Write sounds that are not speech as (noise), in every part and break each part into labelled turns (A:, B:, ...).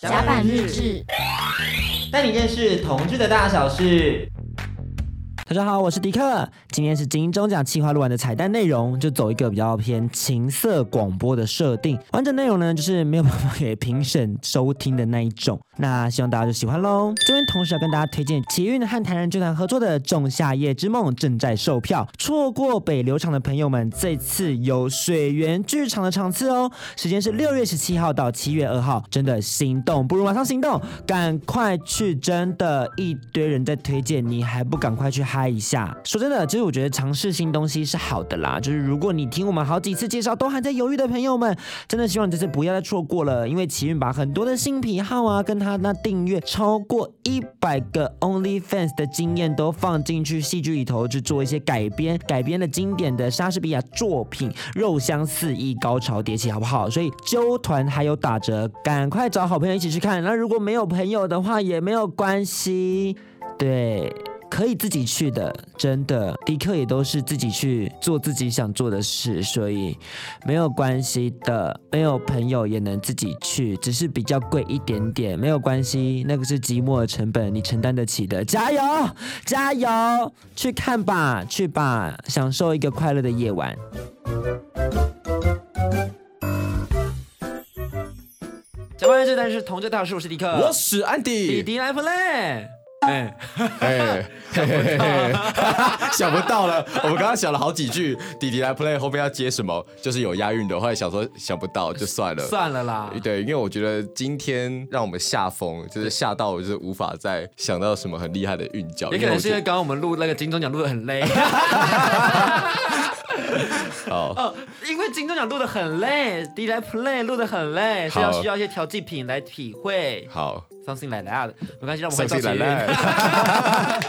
A: 甲板日志，
B: 哎
C: 带你认识同志的大小事。
D: 大家好，我是迪克。今天是金鹰中奖企划录完的彩蛋内容，就走一个比较偏情色广播的设定。完整内容呢，就是没有办法给评审收听的那一种。 (laughs) 那希望大家就喜欢喽。这边同时要跟大家推荐奇运和台南剧团合作的《仲夏夜之梦》正在售票，错过北流场的朋友们，这次有水源剧场的场次哦，时间是六月十七号到七月二号。真的心动不如马上行动，赶快去！真的，一堆人在推荐，你还不赶快去？去嗨一下。说真的，就是我觉得尝试新东西是好的啦。就是如果你听我们好几次介绍都还在犹豫的朋友们，真的希望你这次不要再错过了，因为奇运把很多的新癖好啊，跟他那订阅超过一百个 OnlyFans 的经验都放进去戏剧里头去做一些改编，改编了经典的莎士比亚作品，肉香四溢，高潮迭起，好不好？所以揪团还有打折，赶快找好朋友一起去看。那如果没有朋友的话也没有关系，对。可以自己去的，真的，迪克也都是自己去做自己想做的事，所以没有关系的，没有朋友也能自己去，只是比较贵一点点，没有关系，那个是寂寞的成本，你承担得起的，加油，加油，去看吧，去吧，享受一个快乐的夜晚。
C: 甲板日志，但是同志大叔，我是迪克，
B: 我是安迪，
C: 迪迪来不嘞？哎、
B: 哎，嘿嘿嘿 (laughs) 想不到了。我们刚刚想了好几句，弟弟来 play 后面要接什么，就是有押韵的。后来想说想不到就算了，
C: 算了啦。
B: 对，因为我觉得今天让我们吓疯，就是吓到我就是无法再想到什么很厉害的韵脚。
C: 也可能是因为刚刚我们录那个金钟奖录的很
B: (laughs)
C: 累。
B: 好、
C: 哦，因为金钟奖录的很累，D 来 play 录的很累，所以要需要一些调剂品来体会。
B: 好
C: ，something 来来的，没关系，让我们
B: ，something 来
C: (laughs)
B: 来。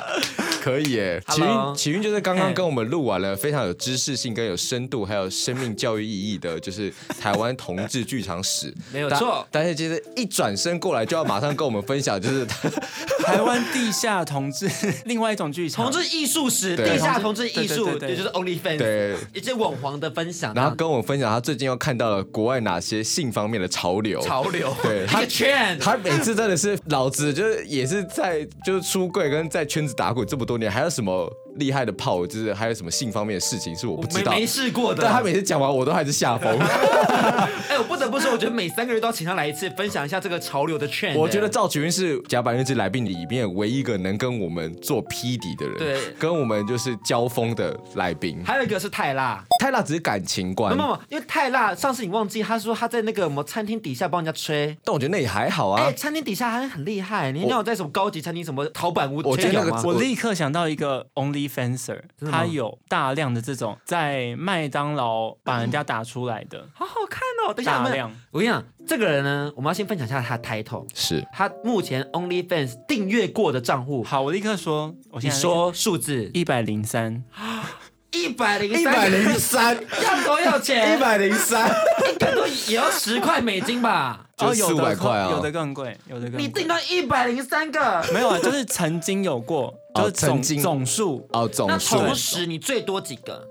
B: 可以耶，启云启云就是刚刚跟我们录完了非常有知识性、跟有深度，还有生命教育意义的，就是台湾同志剧场史，
C: (laughs) 没有错。
B: 但是其实一转身过来就要马上跟我们分享，就是
C: (laughs)
E: 台湾地下同志 (laughs) 另外一种剧场，
C: 同志艺术史，地下同志艺术，也就是 OnlyFans，
B: 对
C: 一些网黄的分享。
B: 然后跟我们分享他最近又看到了国外哪些性方面的潮流，
C: 潮流，
B: (laughs) 对，
C: 他圈，
B: 他每次真的是老子就是也是在就是出柜跟在圈子打滚这么。多年还有什么厉害的炮？就是还有什么性方面的事情是我不知道、
C: 没试过的。
B: 但他每次讲完，我都还是下风。
C: 哎欸，我不得不说，我觉得每三个月都要请他来一次，分享一下这个潮流的圈。
B: 我觉得赵曲云是甲板日志来宾里面唯一一个能跟我们做批底的人，
C: 对，
B: 跟我们就是交锋的来宾。
C: 还有一个是泰辣，
B: 泰辣只是感情观。
C: 没有，因为泰辣上次你忘记，他说他在那个什么餐厅底下帮人家吹，
B: 但我觉得那也还好啊。
C: 哎、欸，餐厅底下还很厉害，你让我在什么高级餐厅什么陶板屋，
B: 我觉得、那
C: 個、
E: 我立刻。想到一个 OnlyFanser，他有大量的这种在麦当劳把人家打出来的，
C: 好好看哦！等一
E: 下，大量
C: 我跟你讲，这个人呢，我们要先分享一下他的 title，
B: 是
C: 他目前 OnlyFans 订阅过的账户。
E: 好，我立刻说，我先
C: 说数字
E: 一百零三。
C: 一百零
B: 一百零三，
C: (laughs) 要多少钱？
B: 一百零三，
C: 应 (laughs) 该都也要十块美金吧？
B: 就四百块啊，
E: 有的哦更贵，有的更。
C: 你订到一百零三个？
E: 没有啊，就是曾经有过，就是总总数
B: 哦，总数。
C: 那同时你最多几个？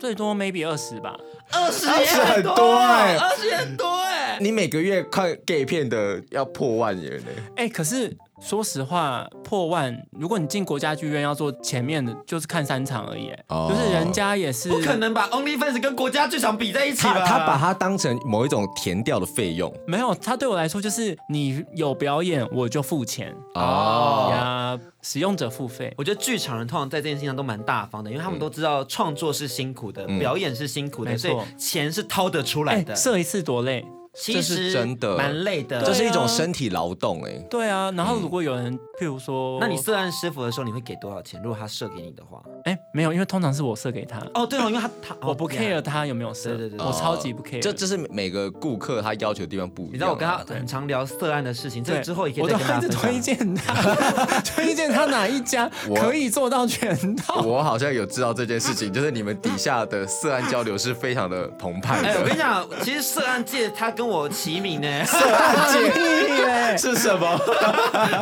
E: 最多 maybe 二十吧，
C: 二十也很多哎，二十很多哎。
B: 你每个月看 gay 片的要破万元呢？
E: 哎，可是。说实话，破万，如果你进国家剧院要做前面的，就是看三场而已
B: 哦
E: ，oh. 就是人家也是
C: 不可能把 OnlyFans 跟国家剧场比在一起吧？
B: 他把它当成某一种填掉的费用。
E: 没有，他对我来说就是你有表演我就付钱
B: 哦
E: 呀，oh. 使用者付费。
C: 我觉得剧场人通常在这件事情上都蛮大方的，因为他们都知道创作是辛苦的，嗯、哎表演是辛苦的，所以钱是掏得出来的。
E: 射哎一次多累。
C: 其实
B: 真的
C: 蛮累的，
B: 这是一种身体劳动哎、欸。
E: 对啊，然后如果有人，嗯、譬如说，
C: 那你涉案师傅的时候，你会给多少钱？如果他射给你的话，
E: 哎、欸，没有，因为通常是我射给他。
C: 哦，对哦，啊因为他他
E: 我不 care 他有没有射，
C: 对对对，
E: 我
B: 哦
E: 超级不 care。
B: 这这是每个顾客他要求的地方不一样、啊。
C: 你知道我跟他很常聊色案的事情，这之后也可以
E: 我都一直推荐他， (laughs) 推荐他哪一家可以做到全套。
B: (laughs) 我好像有知道这件事情，就是你们底下的色案交流是非常的澎湃的。哎、
C: (laughs) 欸，
E: (laughs)
C: 我跟你讲，其实色案界他。跟我齐名呢，
B: 色案界，是什么？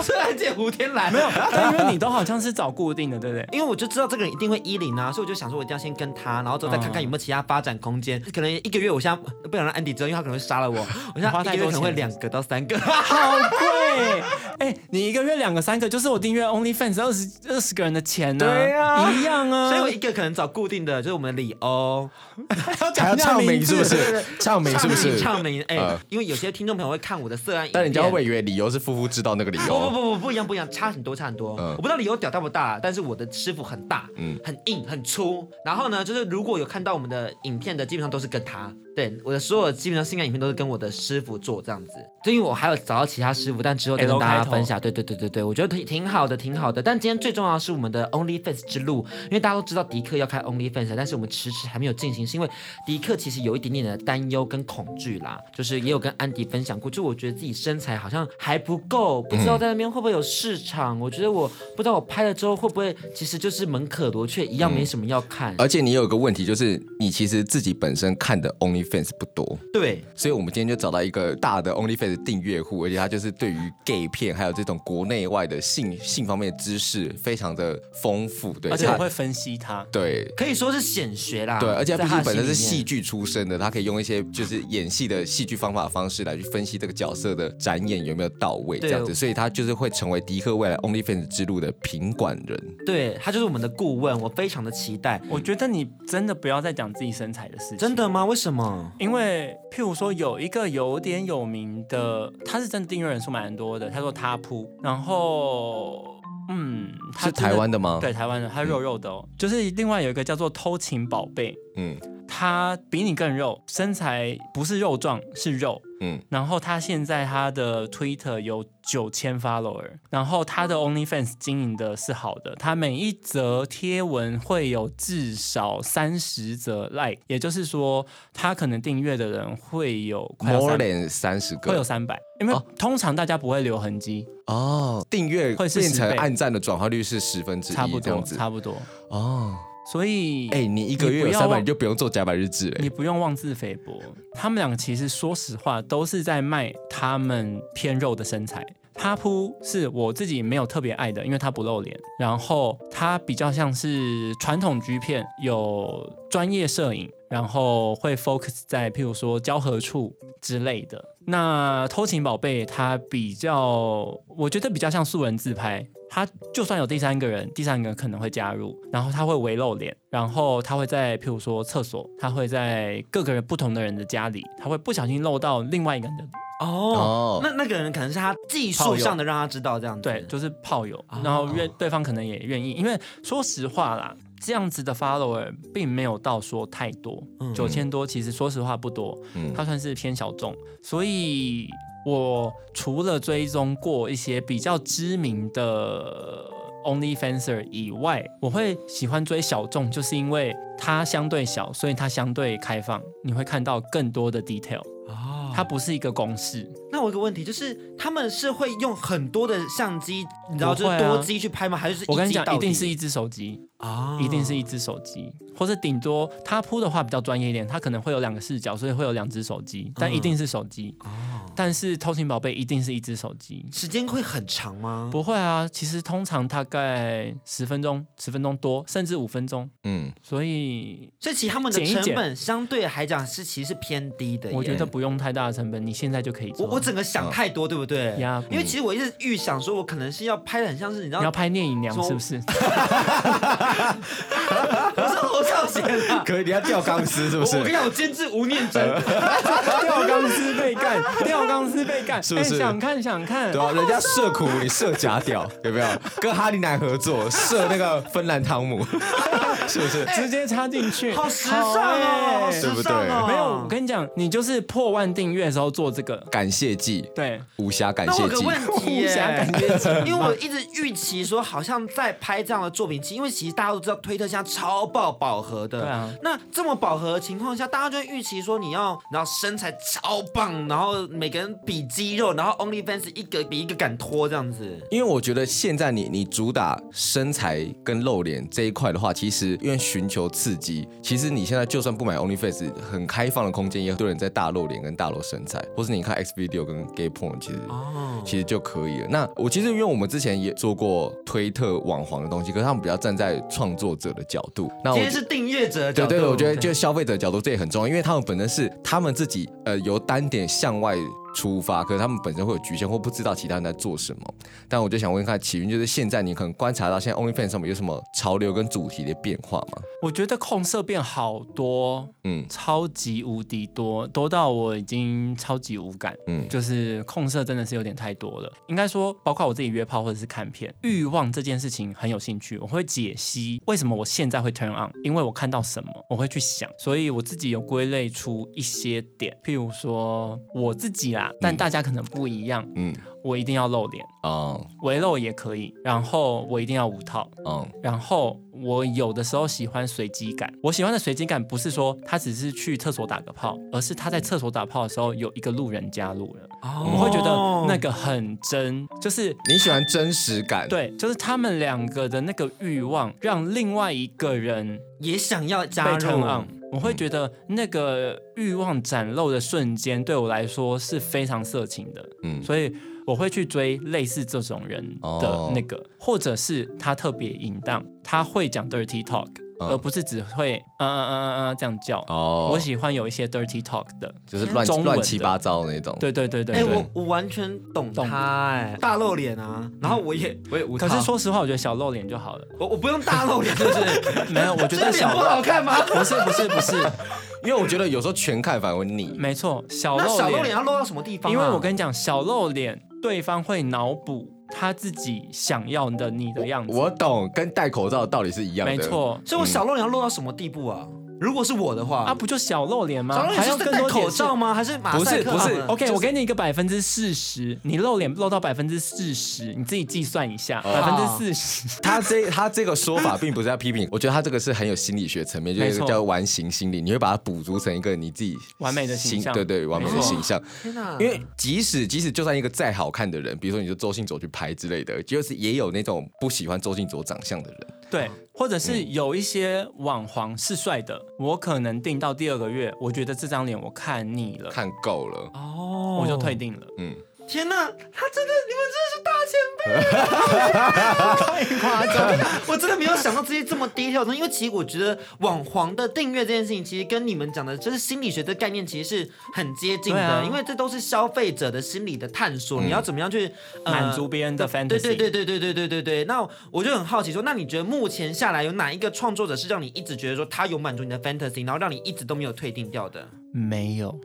C: 是来姐胡天来
E: 没有，但因为你都好像是找固定的，对不对？
C: 因为我就知道这个人一定会依零啊，所以我就想说，我一定要先跟他，然后之后再看
E: 嗯
C: 看有没有其他发展空间。可能一个月，我现在不想让安迪知道，因为他可能会杀了
E: (laughs)
C: 我。我现在一个月可能会两个到三个，
E: 好贵！哎，你一个月两个三个，就是我订阅 OnlyFans 二十二十个人的钱呢，
C: 对
E: 啊，一样啊。
C: 所以我一个可能找固定的，就是我们的李欧，
B: 还要唱名是不是？唱名是不是？呃
C: 唱名哎，因为有些听众朋友会看我的色案，
B: 但人家会不会以为理由是夫妇知道那个理由？
C: 啊
B: 嗯
C: 不不不不不一样不一样，差很多差很多。我不知道理由屌大不大，但是我的师傅很大，嗯，很硬很粗。然后呢，就是如果有看到我们的影片的，基本上都是跟他。对，我的所有基本上性感影片都是跟我的师傅做这样子，就因为我还有找到其他师傅，但之后再跟大家分享。对对对对对，我觉得挺挺好的，挺好的。但今天最重要的是我们的 OnlyFans 之路，因为大家都知道迪克要开 OnlyFans，但是我们迟迟还没有进行，是因为迪克其实有一点点的担忧跟恐惧啦，就是也有跟安迪分享过，就我觉得自己身材好像还不够，不知
B: 嗯
C: 道在那边会不会有市场。嗯、我觉得我不知道我拍了之后会不会其实就是门可罗雀一样，没什么要看。
B: 嗯而且你有个问题就是，你其实自己本身看的 Only。fans 不多，
C: 对，
B: 所以我们今天就找到一个大的 OnlyFans 订阅户，而且他就是对于 gay 片还有这种国内外的性性方面的知识非常的丰富，对，
E: 而且我会分析他，
B: 对，
C: 可以说是显学啦，
B: 对，而啊且他毕竟本身是戏剧出身的，他可以用一些就是演戏的戏剧方法方式来去分析这个角色的展演有没有到位这样子，所以他就是会成为迪克未来 OnlyFans 之路的品管人，
C: 对他就是我们的顾问，我非常的期待。
E: 我觉得你真的不要再讲自己身材的事情，
C: 真的吗？为什么？
E: 因为，譬如说，有一个有点有名的，他是真的订阅人数蛮多的，他说他扑，然后。嗯，他
B: 是台湾的吗？
E: 对，台湾的，他肉肉的哦。嗯、就是另外有一个叫做偷情宝贝，嗯，他比你更肉，身材不是肉壮是肉，嗯。然后他现在他的 Twitter 有九千 follower，然后他的 OnlyFans 经营的是好的，他每一则贴文会有至少三十则 like，也就是说，他可能订阅的人会有快
B: more than 哦三十个，
E: 会有三百。因为通常大家不会留痕迹
B: 哦，订阅会变成按赞的转化率是十分之一，
E: 差不
B: 多，这样子
E: 差不多哦。所以，
B: 哎、欸，你一个月有三百，你就不用做甲百日志了、欸。
E: 你不用妄自菲薄。他们两个其实说实话都是在卖他们偏肉的身材。他扑是我自己没有特别爱的，因为他不露脸，然后他比较像是传统 G 片，有专业摄影，然后会 focus 在譬如说交合处之类的。那偷情宝贝，它比较，我觉得比较像素人自拍。它就算有第三个人，第三个可能会加入，然后他会围露脸，然后他会在譬如说厕所，他会在各个人不同的人的家里，他会不小心露到另外一个人的。
C: 哦，那那个人可能是他技术上的让他知道这样子，
E: 对，就是炮友，然后愿对方可能也愿意，因为说实话啦，这样子的 follower 并没有到说太多，九千多其实说实话不多，
B: 嗯
E: 他算是偏小众，所以我除了追踪过一些比较知名的 OnlyFanser 以外，我会喜欢追小众，就是因为它相对小，所以它相对开放，你会看到更多的 detail。哦，它不是一个公式。
C: 那我有个问题，就是他们是会用很多的相机，你知道，就是
E: 啊
C: 多机去拍吗？还是
E: 我跟你讲，一定是一只手机啊，一定是一只手机，或者顶多他铺的话比较专业一点，他可能会有两个视角，所以会有两只手机，但一定是手机。嗯哦，但是偷情宝贝一定是一只手机，
C: 时间会很长吗？
E: 不会啊，其实通常大概十分钟，十分钟多，甚至五分钟。嗯，所以
C: 所以其实他们的成本相对来讲是其实偏低的，
E: 我觉得不用太大的成本，你现在就可以做。
C: 我整个想太多，对不对？
E: 呀，
C: 因为其实我一直预想说，我可能是要拍的很像是你知道，
E: 你要
C: (laughs)
E: 拍聂隐娘是不是？
C: 不是侯孝贤，
E: (laughs)
B: 可以你要吊钢丝是不是？
C: 我跟你讲，我监制吴念真，
E: (laughs) 吊钢丝被
C: (laughs)
E: 干，
C: 啊
E: 吊钢丝被干，哎
B: 是不是？
E: 想看想看，
B: 对啊，人家射苦你射假屌，有没有？跟哈利男合作射那个芬兰
C: (laughs)
B: 汤姆，是不是？
E: 直接插进去，哎
C: 好时尚哦，好时尚哦！
E: 没有，我跟你讲，你就是破万订阅的时候做这个，
B: 感谢季，
E: 对，
B: 武侠感谢
C: 季，
B: (laughs)
C: 问题耶，
E: 感谢季，
C: 因为我一直预期说好像在拍这样的作品集，因为其实大家都知道推特现在超爆饱和的，
E: 对啊，
C: 那这么饱和的情况下，大家就会预期说你要，然后身材超棒，然后每个人比肌肉，然后 OnlyFans 一个比一个敢拖这样子。
B: 因为我觉得现在你你主打身材跟露脸这一块的话，其实因为寻求刺激。其实你现在就算不买 OnlyFans，很开放的空间，也很多人在大露脸跟大露身材，或是你看 X Video 跟 Gay Porn，其实、
C: 哦
B: 其实就可以了。那我其实因为我们之前也做过推特网黄的东西，可是他们比较站在创作者的角度。那我
C: 今
B: 觉
C: 天是订阅者的角
B: 对
C: 度，
B: 对，我觉得就消费者角度这也很重要，因为他们本身是他们自己呃由单点向外出发，可是他们本身会有局限或不知道其他人在做什么。但我就想问看起云，就是现在你可能观察到现在 OnlyFans 上面有什么潮流跟主题的变化吗？
E: 我觉得控色变好多，
B: 嗯
E: 超级无敌多，多到我已经超级无感。
B: 嗯，
E: 就是控色真的是有点太多了，应该说，包括我自己约炮或者是看片，欲望这件事情很有兴趣，我会解析为什么我现在会 turn on，因为我看到什么，我会去想，所以我自己有归类出一些点，譬如说我自己啦，但大家可能不一样，
B: 嗯
E: 我一定要露脸，
B: 哦
E: 微露也可以，然后我一定要无套，
B: 哦
E: 然后我有的时候喜欢随机感，我喜欢的随机感不是说他只是去厕所打个炮，而是他在厕所打炮的时候有一个路人加入了，
C: 哦，
E: 我会觉得那个很真，就是
B: 你喜欢真实感？，
E: 对，就是他们两个的那个欲望让另外一个人
C: 也想要加
E: 被
C: 入
E: turn on。我会觉得那个欲望展露的瞬间，对我来说是非常色情的。
B: 嗯
E: 所以我会去追类似这种人的那个，
B: 哦
E: 或者是他特别淫荡，他会讲 dirty talk，、
B: 嗯
E: 而不是只会嗯嗯嗯嗯嗯这样叫。
B: 哦
E: 我喜欢有一些 dirty talk 的，
B: 就是乱
E: 中文的
B: 乱七八糟的那种。
E: 对对对对
C: 哎、
E: 对。
C: 我我完全懂
E: 懂
C: 他哎、大露脸啊，然后我也我也无
E: 可
C: 套
E: 是说实话，我觉得小露脸就好了。
C: 我我不用大露脸，是不是？
E: 没 (laughs) 有，我觉得
C: 这脸
E: 小
C: 不好看吗？
E: 不是不是不是，
B: 因为我觉得有时候全看反而会腻。
E: 没错，小
C: 那
E: 露
C: 小露
E: 脸
C: 脸要露到什么地方、啊？
E: 因为我跟你讲，小露脸对方会脑补他自己想要的你的样子，
B: 我懂，跟戴口罩的道理是一样的。
E: 没，错。
C: 所以我小露脸要露到什么地步啊？如果是我的话，
E: 啊，不就小露脸吗？
C: 小露脸
E: 还要
C: 是
E: 更
C: 戴
E: 多
C: 口
E: 解释
C: 罩吗？还是马赛克啊？
B: 不是不是
E: OK，、我给你一个百分之四十，你露脸露到百分之四十，你自己计算一下，百分
B: (laughs)
E: 之四十。
B: 他这他这个说法并不是在批评，我觉得他这个是很有心理学层面，就
E: 没
B: 是
E: 错
B: 叫完形心理，你会把它补足成一个你自己
E: 完美的形象
B: 对对，完美的
E: 没错
B: 形象。
C: (laughs) 天哪！
B: 因为即使即使就算一个再好看的人，比如说你就周信卓去拍之类的，就是也有那种不喜欢周信卓长相的人。
E: 对，或者是有一些网黄是帅的，我可能定到第二个月，我觉得这张脸我看腻了，
B: 看够了，
C: 哦
E: 我就退。订了。
B: 嗯，
C: 天哪，他真的，你们真的是大前辈。啊
B: 夸张。
C: (laughs) 我真的没有想到这些这么低调的东西，因为其实我觉得网黄的订阅这件事情，其实跟你们讲的就是心理学的概念，其实是很接近的，
E: 对啊嗯
C: 因为这都是消费者的心理的探索，你要怎么样去、呃
E: 满足别人的 fantasy
C: 对对对对对对对对对。那我就很好奇说，那你觉得目前下来有哪一个创作者是让你一直觉得说他有满足你的 fantasy，然后让你一直都没有退订掉的？
E: 没有，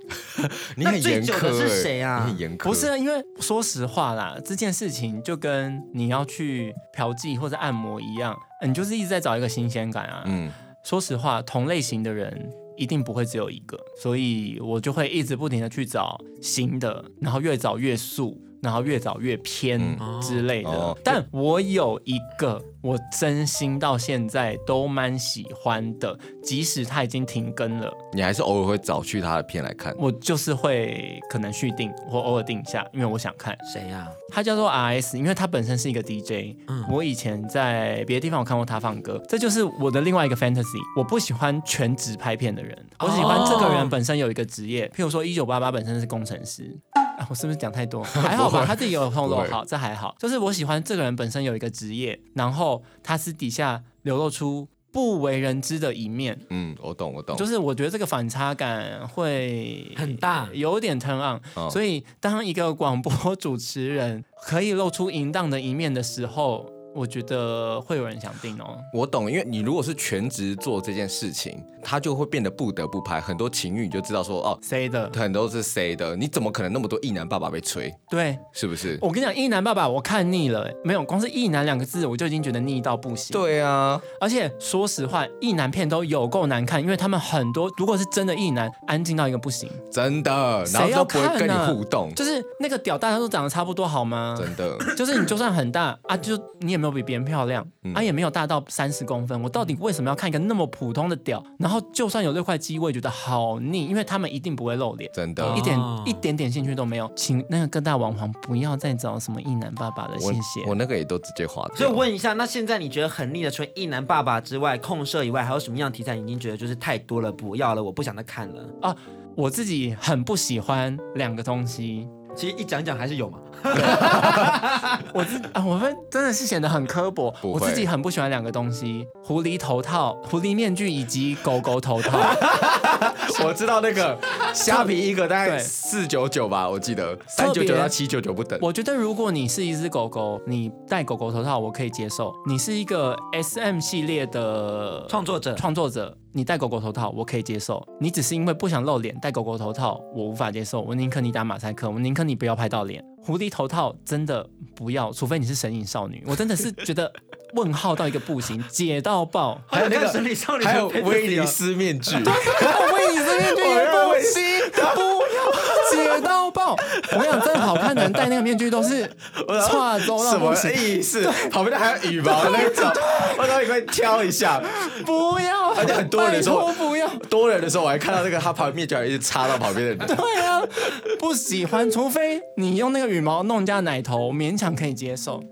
B: 你很严
C: 那最
B: 苛、欸
C: 久的是谁啊
B: 你很严苛。
E: (laughs) 不是啊因为说实话啦，这件事情就跟你要去嫖妓或者按摩一样，呃你就是一直在找一个新鲜感啊。
B: 嗯，
E: 说实话，同类型的人一定不会只有一个，所以我就会一直不停的去找新的，然后越找越素，然后越找越偏
C: 嗯
E: 之类的。
B: 哦
E: 但我有一个我真心到现在都蛮喜欢的，即使他已经停更了，
B: 你还是偶尔会找去他的片来看。
E: 我就是会可能续订或偶尔订一下，因为我想看。
C: 谁呀、
E: 他叫做 RS，因为他本身是一个 DJ。
C: 嗯
E: 我以前在别的地方有看过他放歌，这就是我的另外一个 fantasy。我不喜欢全职拍片的人，
B: 哦
E: 我喜欢这个人本身有一个职业，譬如说一九八八本身是工程师。啊、我是不是讲
B: (laughs)
E: 太多？还好吧，他自己有透露
B: 不会
E: 好，这还好。就是我喜欢这个人本身有一个职业，然后他私底下流露出不为人知的一面，
B: 嗯，我懂，我懂。
E: 就是我觉得这个反差感会
C: 很大
E: 有点 turn on、
B: 哦
E: 所以当一个广播主持人可以露出淫荡的一面的时候，我觉得会有人想订哦。
B: 我懂，因为你如果是全职做这件事情，他就会变得不得不拍很多情欲，你就知道说哦，
E: 谁的？
B: 很多是谁的，你怎么可能那么多异男爸爸被吹，
E: 对
B: 是不是？
E: 我跟你讲，一男爸爸我看腻了，欸没有，光是一男两个字我就已经觉得腻到不行。，
B: 对啊，
E: 而且说实话，一男片都有够难看，因为他们很多如果是真的一男，安静到一个不行，
B: 真的，然后
E: 谁
B: 都
E: 要
B: 不会
E: 看
B: 跟你
E: 呢
B: 互动，
E: 就是那个屌大家都长得差不多好吗？ (laughs)
B: 真的。
E: 就是你就算很大啊，就你也没没有比别人漂亮，
B: 嗯
E: 啊也没有大到三十公分，我到底为什么要看一个那么普通的屌？然后就算有六块肌，我也觉得好腻，因为他们一定不会露脸。
B: 真的
E: 一点
C: 哦
E: 一点点兴趣都没有，请那个各大网红不要再找什么一男爸爸了，谢
B: 我
E: 谢。
B: 我那个也都直接划掉。
C: 所以我问一下，那现在你觉得很腻的，除了一男爸爸之外，控射以外，还有什么样的题材你已经觉得就是太多了，不要了，我不想再看了？
E: 啊我自己很不喜欢两个东西，
C: 其实一讲讲还是有嘛，
E: 我自啊，我们真的是显得很刻薄。
B: 不
E: 我
B: 会
E: 自己很不喜欢两个东西：狐狸头套、狐狸面具以及狗狗头套。
B: 我知道那个虾皮一个大概
E: 对
B: 四九九吧，我记得三九九到七九九不等。
E: 我觉得如果你是一只狗狗，你戴狗狗头套，我可以接受；你是一个 S M 系列的
C: 创作者
E: 创作者，你戴狗狗头套，我可以接受。你只是因为不想露脸戴狗狗头套，我无法接受。我宁可你打马赛克，我宁可你不要拍到脸。狐狸头套真的不要，除非你是神隐少女。我真的是觉得问号到一个不行，解
C: (laughs)
E: 到爆。
C: 还有那个
B: 还有
C: 生理少女，
B: 还有威尼，斯面具，
E: 威尼斯面具也不行，不要解到爆！我跟你讲，真的好看的人戴那个面具
C: (laughs)
E: 都是跨州
B: 什
E: 到不
B: 么
E: 行。
B: 意思？旁边还有羽毛的那种，我说你快挑一下。
E: 不要，
B: 而且很多人说
E: 拜托不要，
B: 多人的时候，我还看到那个他旁边居然一直插到旁边的人。
E: 对啊，不喜欢，除非你用那个羽毛弄人家奶头，勉强可以接受。
C: 哦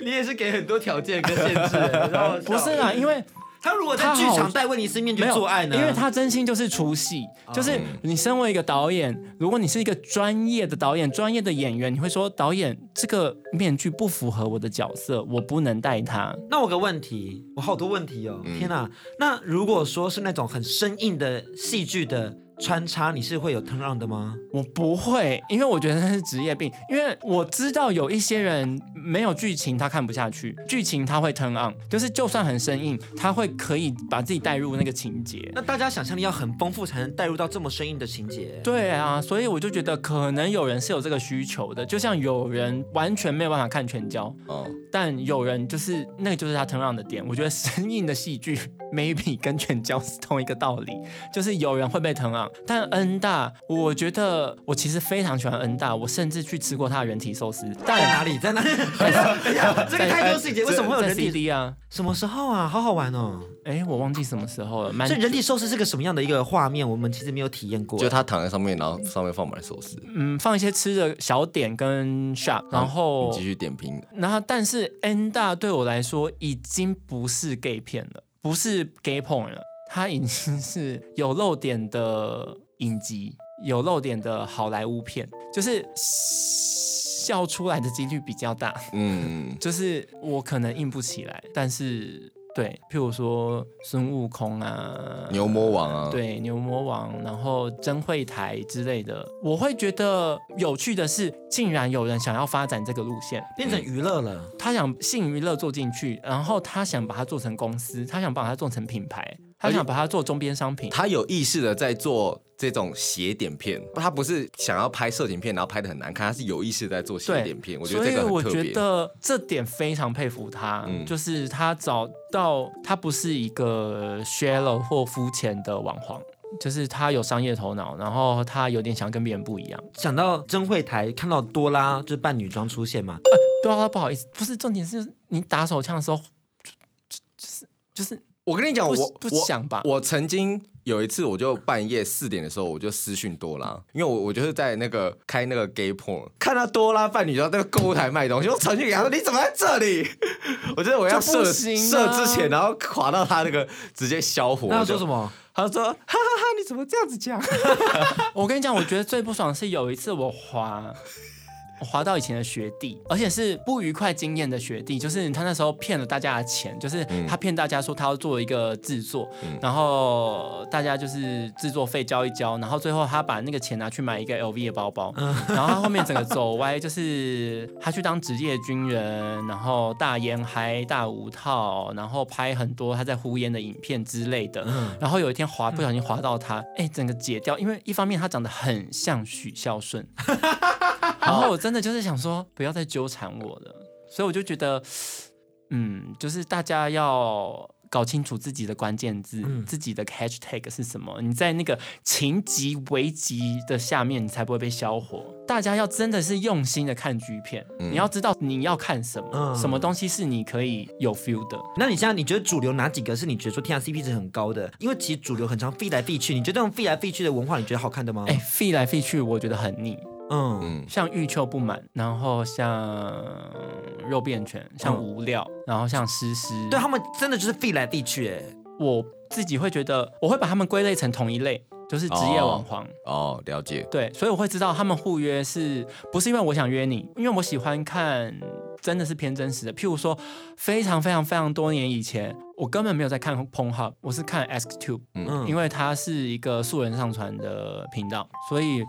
C: 你也是给很多条件跟限制的，然后
E: 不
B: 啊
E: 是啦，因为
C: 他如果在剧
E: 他
C: 场
E: 好
C: 戴威尼斯面具
E: 没有
C: 做爱呢？
E: 因为他真心就是出戏，
B: 啊
E: 就是你身为一个导演，如果你是一个专业的导演、专业的演员，你会说导演这个面具不符合我的角色，我不能戴它。
C: 那我有个问题，我好多问题哦，天哪！那如果说是那种很生硬的戏剧的穿插，你是会有 turn on 的吗？
E: 我不会，因为我觉得那是职业病。因为我知道有一些人没有剧情他看不下去，剧情他会 turn on，就是就算很生硬，他会可以把自己带入那个情节。
C: 那大家想象力要很丰富，才能带入到这么生硬的情节。
E: 对啊，所以我就觉得可能有人是有这个需求的，就像有人完全没有办法看全焦，
B: 哦，
E: 但有人就是那个就是他 turn on 的点。我觉得生硬的戏剧 maybe 跟全焦是同一个道理，就是有人会被 turn on，但恩大，我觉得我其实非常喜欢恩大，我甚至去吃过他的人体寿司，
C: 在
E: 但
C: 哪里？在哪里？等一下等一下 (laughs) 这个太多细节，为什么会有
E: 在
C: 人体？
E: CD 啊？
C: 什么时候啊？好好玩哦！
E: 哎，我忘记什么时候了，蛮
C: 所以人体寿司是个什么样的一个画面？我们其实没有体验过。
B: 就他躺在上面，然后上面放满寿司，
E: 嗯放一些吃的小点跟 shop，然后
B: 你继续点评。
E: 然后，但是 N 大对我来说已经不是 gay 片了，不是 gay porn 了，它已经是有露点的影集，有露点的好莱坞片，就是笑出来的几率比较大。 (laughs)
B: 嗯，
E: 就是我可能硬不起来，但是对，譬如说孙悟空啊，
B: 牛魔王啊，，
E: 对牛魔王，然后真会台之类的，我会觉得有趣的是，竟然有人想要发展这个路线。
C: 变成娱乐了，
E: 他想性娱乐做进去，然后他想把它做成公司，他想把它做成品牌，他想把它做周边商品。
B: 他有意识的在做这种斜点片，他不是想要拍色情片，然后拍的很难看，他是有意识地在做斜
E: 对
B: 点片。我觉
E: 所
B: 得
E: 以
B: 这个
E: 我
B: 很特
E: 觉
B: 别。
E: 得这点非常佩服他，
B: 嗯
E: 就是他找到他不是一个 shallow 或肤浅的网红，就是他有商业头脑，然后他有点想跟别人不一样。
C: 想到真会台看到多拉就是扮女装出现嘛，
E: 对啊，不好意思，不是重点是你打手枪的时候，就就就是
B: 我跟你讲，
E: 不
B: 我
E: 不
B: 我
E: 想吧
B: 我曾经有一次，我就半夜四点的时候，我就私讯多拉，因为我我就是在那个开那个 gay porn，看到多拉扮女装在那个购物台卖东西，我传讯给他说：“你怎么在这里？” (laughs) 我觉得我要
E: 这不
B: 射
E: 行
B: 射
E: 啊
B: 之前，然后垮到他那个直接消火。
C: 那要
B: 我就
C: 说什？么？
B: 他就说：“哈哈哈，你怎么这样子讲
E: 我跟你讲，我觉得最不爽的是有一次我滑。我滑到以前的学弟，而且是不愉快经验的学弟，就是他那时候骗了大家的钱，就是他骗大家说他要做一个制作，然后大家就是制作费交一交，然后最后他把那个钱拿去买一个 LV 的包包，然后他后面整个走歪，就是他去当职业军人，然后大烟嗨、大无套，然后拍很多他在呼烟的影片之类的，然后有一天滑不小心滑到他，哎、整个解掉，因为一方面他长得很像许孝顺，然后我真的就是想说不要再纠缠我了，所以我就觉得，嗯，就是大家要搞清楚自己的关键字、
C: 嗯
E: 自己的 hashtag 是什么。你在那个情急危急的下面，你才不会被消火。大家要真的是用心的看剧片，你要知道你要看什么，
C: 嗯
E: 什么东西是你可以有 feel 的。
C: 那你现在你觉得主流哪几个是你觉得说天啊 CP 值很高的？因为其实主流很常 f 来 f 去，你觉得这种 f 来 f 去的文化，你觉得好看的吗？
E: 哎、f e e 来 f e e 去，我觉得很腻。
C: 嗯，
E: 像欲求不满，然后像肉变犬，像
C: 嗯
E: 无聊，然后像诗诗。
C: 对他们真的就是 f 来 f 去，哎，
E: 我自己会觉得，我会把他们归类成同一类，就是职业网黄。
B: 哦，了解。
E: 对，所以我会知道他们互约是不是因为我想约你，因为我喜欢看真的是偏真实的。譬如说，非常非常非常多年以前，我根本没有在看 Pornhub，我是看 XTube，
C: 嗯
E: 因为它是一个素人上传的频道，所以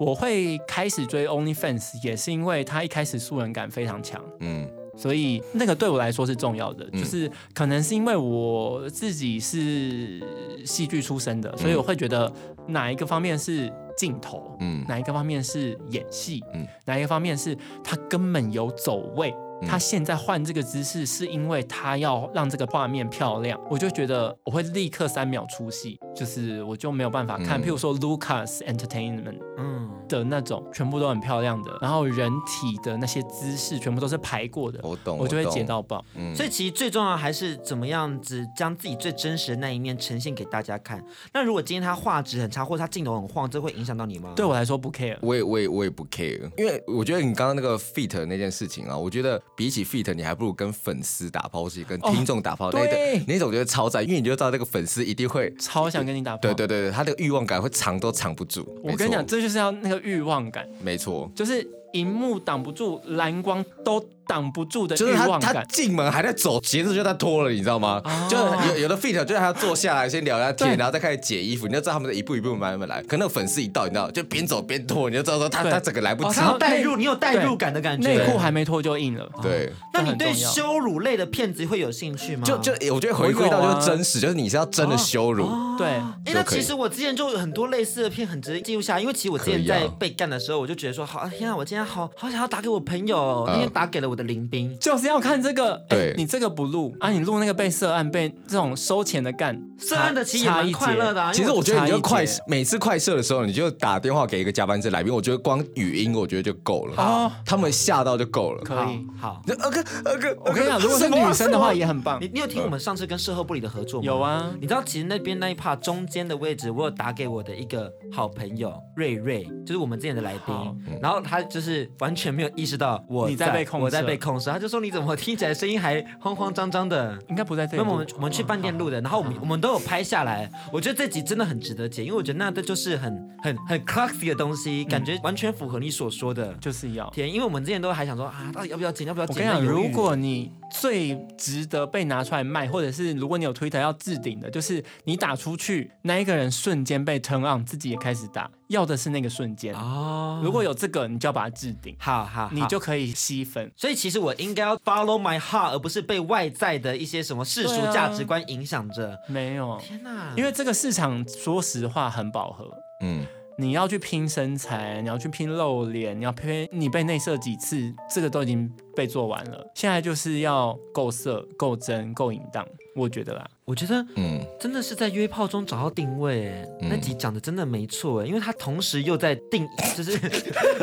E: 我会开始追 OnlyFans，也是因为它一开始素人感非常强。
B: 嗯
E: 所以那个对我来说是重要的，
B: 嗯
E: 就是可能是因为我自己是戏剧出身的，所以我会觉得哪一个方面是镜头，
B: 嗯
E: 哪一个方面是演戏，
B: 嗯
E: 哪一个方面是他根本有走位。
B: 嗯
E: 他现在换这个姿势，是因为他要让这个画面漂亮，我就觉得我会立刻三秒出戏，就是我就没有办法看。
B: 嗯
E: 譬如说 Lucas Entertainment
C: 嗯，
E: 的那种，全部都很漂亮的，然后人体的那些姿势全部都是排过的，
B: 我懂
E: 我就会
B: 我懂
E: 解到爆。
B: 嗯，
C: 所以其实最重要还是怎么样子将自己最真实的那一面呈现给大家看。那如果今天他画质很差，或者他镜头很晃，这会影响到你吗？
E: 对我来说不 care，
B: 我也我也我也不 care，因为我觉得你刚刚那个 fit 那件事情啊，我觉得比起 fit，你还不如跟粉丝打炮是跟听众打炮、那
E: 对
B: 种那种觉得超赞，因为你就知道那个粉丝一定会，
E: 超想跟你打炮。
B: 对对对对，他的欲望感会藏都藏不住。
E: 我跟你讲，这就是要那个欲望感，
B: 没错，
E: 就是荧幕挡不住，蓝光都挡不住的
B: 没错，就是
E: 欲
B: 他
E: 望
B: 他
E: 感。哦
B: 进门还在走，鞋子就在脱了，你知道吗？就有有的 fit 就是他要坐下来先聊聊天，
E: 对
B: 然后再开始解衣服，你就知道他们的一步一步慢慢来。可那个粉丝一到，你知道，就边走边脱，你就知道说他
E: 对
B: 他整个来不
E: 哦
B: 及
C: 他。有
E: 然后
C: 代
E: 内
C: 入，你有代入感的感觉。
E: 内裤还没脱就硬了。哦
B: 对。
C: 那你
E: 很重
C: 对
E: 要
C: 羞辱类的片子会有兴趣吗？
B: 就就我觉得回归
E: 我有
B: 到
E: 啊哦
B: 就是真实，就是你是要真的羞辱，
E: 对，
C: 哎、
B: 就
C: 那
B: 可以
C: 其实我之前就有很多类似的片，很直接记录下来，因为其实我之
B: 可
C: 前
B: 以啊
C: 在被干的时候，我就觉得说，好、啊天啊，我今天好好想要打给我朋友哦，
B: 嗯
C: 那天打给了我的林斌，
E: 就是要看这个。哎
B: 对
E: 你这个不录啊，你录那个被涉案被这种收钱的干，
C: 涉案的其实也
E: 差
C: 蛮快乐的、。
E: 哦
C: 啊。
B: 其实我觉得你就快
E: 差一截
B: 每次快射的时候，你就打电话给一个加班制来宾，我觉得光语音我觉得就够了，
E: 哦
B: 他们吓到就够
E: 差
B: 了。
E: 一截可以。
C: 好好。
B: 那呃二哥二哥，
E: 我跟你讲，如果
B: (laughs)
E: 是
B: 什么啊
E: 女生的话
B: 什么
E: 也很棒
C: 你。你有听我们上次跟售后部里的合作吗？
E: 有啊
C: 你知道其实那边那一 part 中间的位置，我有打给我的一个好朋友瑞瑞，就是我们之前的来
E: 好
B: 嗯
C: 宾，然后他就是完全没有意识到我
E: 你在被控
C: 我在
E: 制
C: 被控制，他就说你怎么听起来声音还慌慌张张的？
E: 应该不在这
C: 那
E: 里录。
C: 么我们我们去饭店录的，然后我们我们都有拍下来。我觉得这集真的很值得剪，因为我觉得那这就是很很很 classy 的东西，感觉完全符合你所说的。
E: 就是要。
C: 天，因为我们之前都还想说啊，到底要不要剪，要不要
E: 我
C: 剪？
E: 跟你讲，
C: 在犹豫
E: 如果你最值得被拿出来卖，或者是如果你有 Twitter 要置顶的，就是你打出去，那一个人瞬间被 turn on，自己也开始打，要的是那个瞬间。
C: 哦，
E: 如果有这个，你就要把它置顶，
C: 好好，好
E: 你就可以吸粉。
C: 所以其实我应该要 follow my heart，而不是被外在的一些什么世俗
E: 对啊
C: 价值观影响着。
E: 没有，
C: 天哪，
E: 因为这个市场说实话很饱和。
B: 嗯，
E: 你要去拼身材，你要去拼露脸，你要拼你被内射几次，这个都已经被做完了。现在就是要够色、够真、够淫荡，我觉得啦。
C: 我觉得
B: 嗯，
C: 真的是在约炮中找到定位，哎
E: 嗯
C: 那集讲的真的没错，哎因为他同时又在定， (laughs) 就是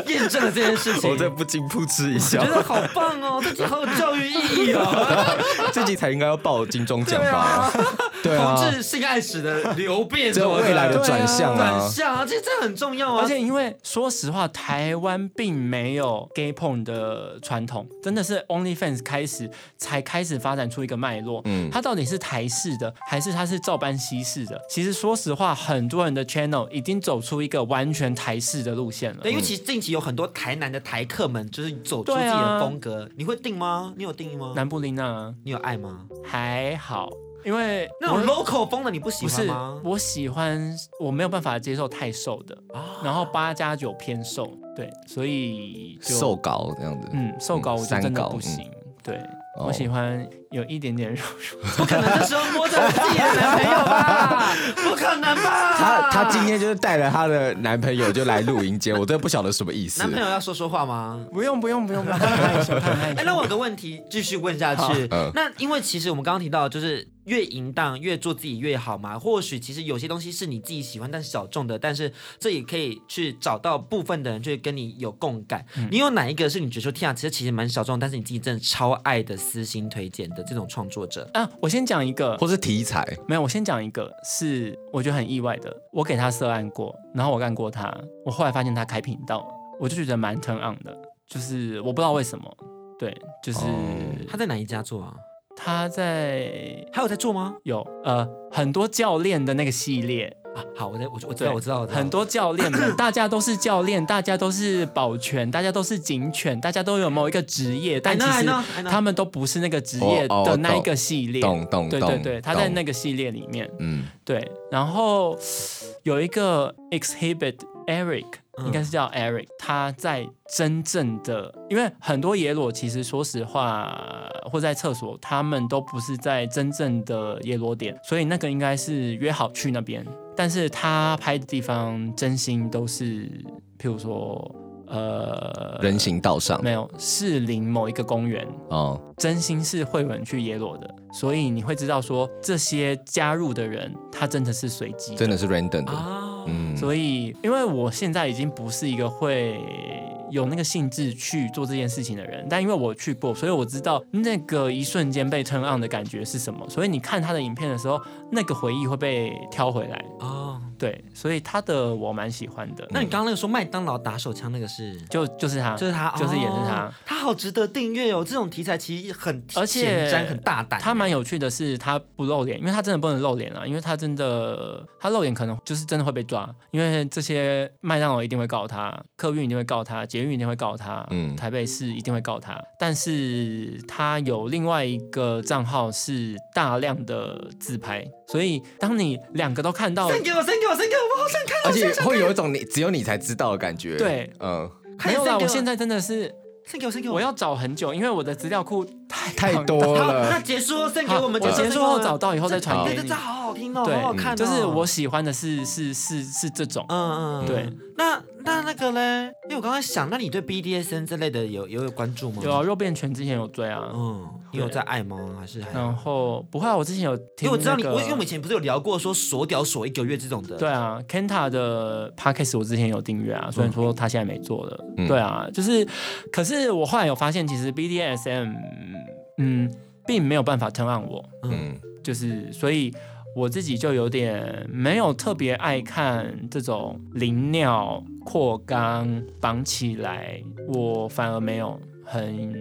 C: 验证了这件
E: (laughs)
C: 事情。
B: 我这不禁噗嗤一笑
C: 觉，得好棒哦， (laughs) 这集好有教育意义哦。
B: (laughs) 这集才应该要报金钟奖
C: 对啊
B: 吧？， (laughs) 对啊，
C: 同志性爱史的流变，哦
B: 这未来的
E: 对啊
B: 转向
C: 转
B: 啊，
C: 向啊，这这很重要啊。
E: 而且因为说实话，台湾并没有 gay porn 的传统，真的是 OnlyFans 开始才开始发展出一个脉络。
B: 嗯
E: 它到底是台式的，还是它是照搬西式的？其实说实话，很多人的 channel 已经走出一个完全台式的路线了
C: 对，。因为其实近期有很多台南的台客们，就是走出自
E: 对
C: 己
E: 啊
C: 的风格。你会定吗？你有定吗？
E: 南布琳娜
C: 你有爱吗？
E: 还好，因为
C: 那种
E: 我
C: local 风的你不喜
E: 不
C: 欢
E: 是
C: 吗？
E: 我喜欢，我没有办法接受太瘦的，
C: 啊
E: 然后八加九偏瘦，对，所以就
B: 瘦高这样子，
E: 嗯嗯，瘦高我就真的不行。对，
B: 哦
E: 我喜欢有一点点肉肉，
C: 不可能这时候摸着自己的男朋友吧？ (laughs) 不可能吧？
B: 她她今天就是带了她的男朋友就来录音间，我 (laughs) 真的不晓得什么意思
C: 男。朋友要说说话吗？
E: 不用不用不用不用，他很害羞，他很害
C: (laughs) 哎、
E: 羞。
C: 那我有个问题继续问下去
B: 好嗯。
C: 那因为其实我们刚刚提到，就是越淫荡越做自己越好嘛。或许其实有些东西是你自己喜欢但是小众的，但是这也可以去找到部分的人去跟你有共感。
E: 嗯
C: 你有哪一个是你觉得说天啊，其实其实蛮小众，但是你自己真的超爱的私心推荐的这种创作者？
E: (laughs) 啊，我先讲一个，
B: 或是题材，
E: 没有，我先讲一个，是我觉得很意外的，我给他涉案过，然后我干过他，我后来发现他开频道，我就觉得蛮 turn on 的，就是我不知道为什么，对，就是哦
C: 他在哪一家做啊？
E: 他在
C: 还有在做吗？
E: 有呃很多教练的那个系列，
C: 啊，好，我在我我知
E: 对，
C: 道我知道我知道
E: 很多教练们，大家都是教练，大家都是保全，大家都是警犬，大家都有某一个职业，但其
C: I
E: 实
C: know, I know, I know
E: 他们都不是那个职业
B: 哦哦
E: 的那一个系列，
B: 懂懂
E: 对
B: 懂，
E: 对对，他在
B: 懂
E: 那个系列里面。
B: 嗯
E: 对，然后有一个 exhibit Eric，
C: 嗯
E: 应该是叫 Eric，、他在真正的，因为很多野裸其实说实话，或在厕所，他们都不是在真正的野裸点，所以那个应该是约好去那边，但是他拍的地方真心都是，譬如说，呃，
B: 人行道上
E: 没有士林某一个公园，
B: 哦，
E: 真心是会有人去耶鲁的，所以你会知道说这些加入的人，他真的是随机
B: 真的是 random 的，
C: 啊，
B: 嗯，
E: 所以，因为我现在已经不是一个会有那个兴致去做这件事情的人，但因为我去过，所以我知道那个一瞬间被 turn on 的感觉是什么。所以你看他的影片的时候，那个回忆会被挑回来。
C: 哦，
E: 对，所以他的我蛮喜欢的。
C: 那你刚刚那个说麦当劳打手枪那个是？
E: 就就是他，
C: 就是他，
E: 啊就是也是他。
C: 哦，他好值得订阅哦。这种题材其实很
E: 而且
C: 前瞻很大胆，
E: 他蛮有趣的是，他不露脸，因为他真的不能露脸啊，因为他真的他露脸可能就是真的会被抓，因为这些麦当劳一定会告他，客运一定会告他，捷运一定会告他，
B: 嗯
E: 嗯，台北市一定会告他。但是他有另外一个账号是大量的自拍，所以当你两个都看到，
C: 三给我，三给我，三给我，我好想看。
B: 而且会有一种你只有你才知道的感觉，
E: 对，
B: 嗯，
C: 快
E: 没
C: 点 send
E: 有啦，
C: 给
E: 我
C: 我
E: 现在真的是
C: 三给我，三给我，
E: 我要找很久，因为我的资料库太
B: 太
E: 庞大
B: 多
C: 好，
B: 了
E: (laughs)
C: 那结束哦，三给
E: 好
C: 我们
E: 我
C: 结束
E: 结束后找到以后再传
B: 好
E: 给
C: 对，这
E: 你
C: 这。好好听哦，
E: 对
C: 好好看哦。
E: 就是我，喜欢的是是是是这种，
C: 嗯嗯，嗯
E: 对。
C: 那那那个嘞，因为我刚刚想，那你对 BDSN 这类的有有有关注吗？
E: 有啊，，肉变拳之前有追啊，
C: 嗯，你有在爱吗？还是还？
E: 然后不会啊，我之前有
C: 因
E: 听、那
C: 为我知道你，
E: 个
C: 我因为我们以前不是有聊过说锁屌锁一个月这种的，
E: 对啊，Kenta 的 podcast 我之前有订阅啊，虽然说他现在没做了，
B: 嗯
E: 对啊，就是，可是我后来有发现，其实 BDSM，嗯，并没有办法 turn on 我，
B: 嗯
E: 就是所以我自己就有点没有特别爱看这种淋尿、扩肛、绑起来，我反而没有很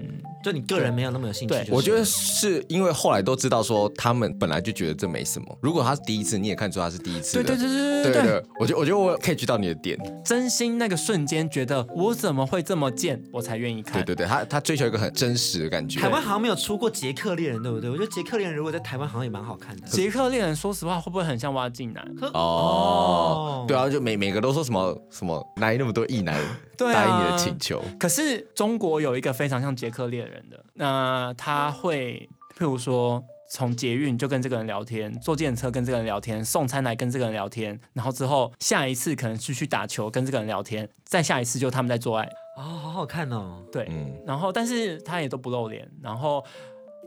C: 就你个人没有那么有兴趣
E: 对
C: 就是了。
B: 我觉得是因为后来都知道说他们本来就觉得这没什么。如果他是第一次，你也看出他是第一次
E: 对
B: 的。
E: 对对对
B: 对
E: 对对
B: 的，我觉得我觉得我 catch 到你的点。
E: 真心那个瞬间觉得我怎么会这么贱，我才愿意看。
B: 对对对，他他追求一个很真实的感觉
C: 台。湾好像没有出过《捷克猎人》，对不对？我觉得《捷克猎人》如果在台湾好像也蛮好看的。
E: 捷克恋人，说实话会不会很像挖进男？
C: 可
B: 哦，对
C: 啊，
B: 啊，就每每个都说什么什么来那么多异男
E: (laughs) 对啊
B: 答应你的请求，
E: 可是中国有一个非常像捷克猎人的，那他会，譬如说从捷运就跟这个人聊天，坐电车跟这个人聊天，送餐来跟这个人聊天，然后之后下一次可能是去打球跟这个人聊天，再下一次就他们在做爱，
C: 哦，好好看哦。
E: 对，
B: 嗯，
E: 然后但是他也都不露脸，然后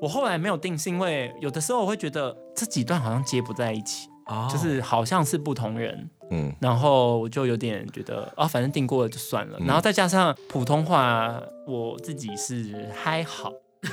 E: 我后来没有定，是因为有的时候我会觉得这几段好像接不在一起。
C: 哦，
E: 就是好像是不同人，
B: 嗯，
E: 然后我就有点觉得啊，反正订过了就算
B: 嗯
E: 了。然后再加上普通话，我自己是还好， (laughs)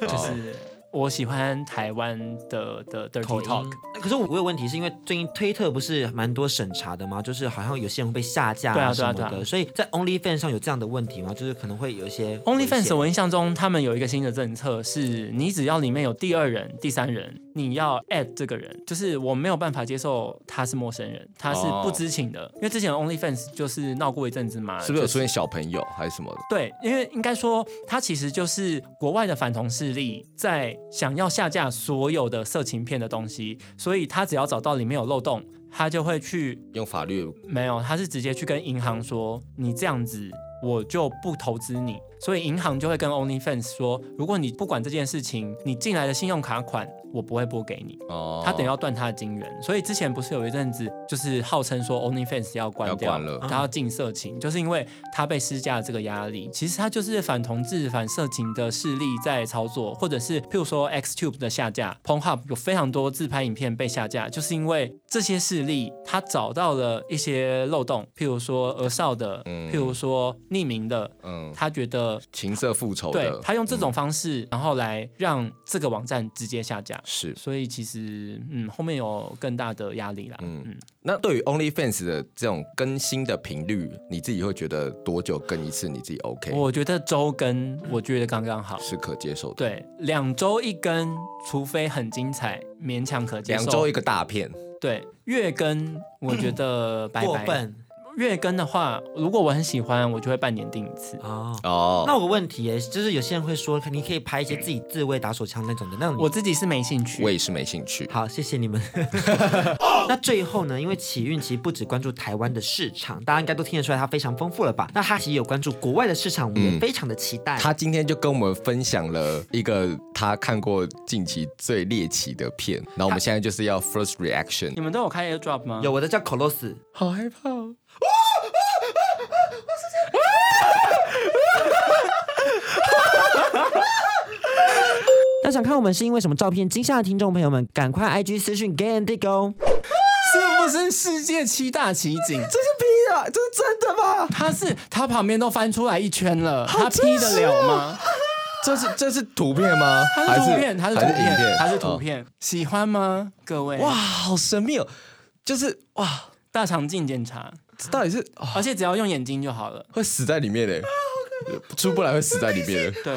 E: 就
B: 哦
E: 是我喜欢台湾的的的 i r
C: 口
E: t
C: 音
E: talk。。
C: 嗯可是我有问题，是因为最近推特不是蛮多审查的吗？就是好像有些人会被下架
E: 对啊
C: 什么
E: 对啊对
C: 的，所以在 OnlyFans 上有这样的问题吗？就是可能会有一些
E: OnlyFans
C: 危
E: 我印象中，他们有一个新的政策，是你只要里面有第二人、第三人，你要 at 这个人，就是我没有办法接受他是陌生人，他是
B: 哦
E: 不知情的，因为之前的 OnlyFans 就是闹过一阵子嘛，
B: 是不是有
E: 啊就
B: 出现小朋友还是什么的？
E: 对，因为应该说，它其实就是国外的反同势力在想要下架所有的色情片的东西，所以他只要找到里面有漏洞，他就会去
B: 用法律
E: 没有，他是直接去跟银行说，你这样子我就不投资你。所以银行就会跟 OnlyFans 说，如果你不管这件事情，你进来的信用卡款我不会拨给你，
B: 哦
E: 他等于要断他的金源。所以之前不是有一阵子就是号称说 OnlyFans 要关
B: 要
E: 掉
B: 关了
E: 他要禁色情，就是因为他被施加了这个压力。其实他就是反同志、反色情的势力在操作，或者是譬如说 XTube 的下架，Pornhub 有非常多自拍影片被下架，就是因为这些势力他找到了一些漏洞，譬如说儿少的，
B: 嗯
E: 譬如说匿名的，
B: 嗯，哦
E: 他觉得
B: 情色复仇
E: 对
B: 的，
E: 他用这种方式，然后来让这个网站直接下架。
B: 是
E: 所以其实，嗯，后面有更大的压力啦。
B: 嗯
E: 嗯
B: 那对于 OnlyFans 的这种更新的频率，你自己会觉得多久更一次？你自己 OK
E: 我觉得周更，我觉得刚刚好。
B: 是可接受的？，
E: 对，两周一更，除非很精彩，勉强可接受。
B: 两周一个大片，
E: 对，月更我觉得拜
C: 过
E: 拜。
C: 分
E: 月更的话，如果我很喜欢，我就会半年定一次。
C: 哦。
B: 哦，
C: 那我有个问题耶，就是有些人会说，你可以拍一些自己自卫打手枪那种的，那种
E: 我自己是没兴趣
B: 我。也是没兴趣。
C: 好，谢谢你
D: (laughs)
C: 们。那最后呢，因为启运其实不只关注台湾的市场，大家应该都听得出来它非常丰富了吧？那它其实有关注国外的市场，我们
D: 嗯
C: 也非常的期
E: 哎
C: 待。
B: 他今天就跟我们分享了一个他看过近期最猎奇的片，然后我们现在就是要 first reaction，
E: 你们都有开 AirDrop 吗？
C: 有我的叫 Colos，
B: 好害怕、哦。
C: (laughs)
D: 那想看我们是因为什么照片惊吓的听众朋友们，赶快 IG 私讯 Gay and Dick 哦。
E: 是不是世界七大奇景？ (laughs)
B: 这是 P 的，这是真的吗？
E: 他是他旁边都翻出来一圈了，他批得了吗？
B: 这是这是图片吗？
E: 他是图片，他
B: 哦还是
E: 是图
B: 还影片
E: 片，他是图
B: 哦
E: 片，喜欢吗？各位，
B: 哇，
E: 哇，
B: 好神秘哦！就是哇，
E: 大肠镜检查，
B: 这到底是、哦、
E: 而且只要用眼睛就好了。
B: 会死在里面嘞，出不来会死在里面的。
E: 对，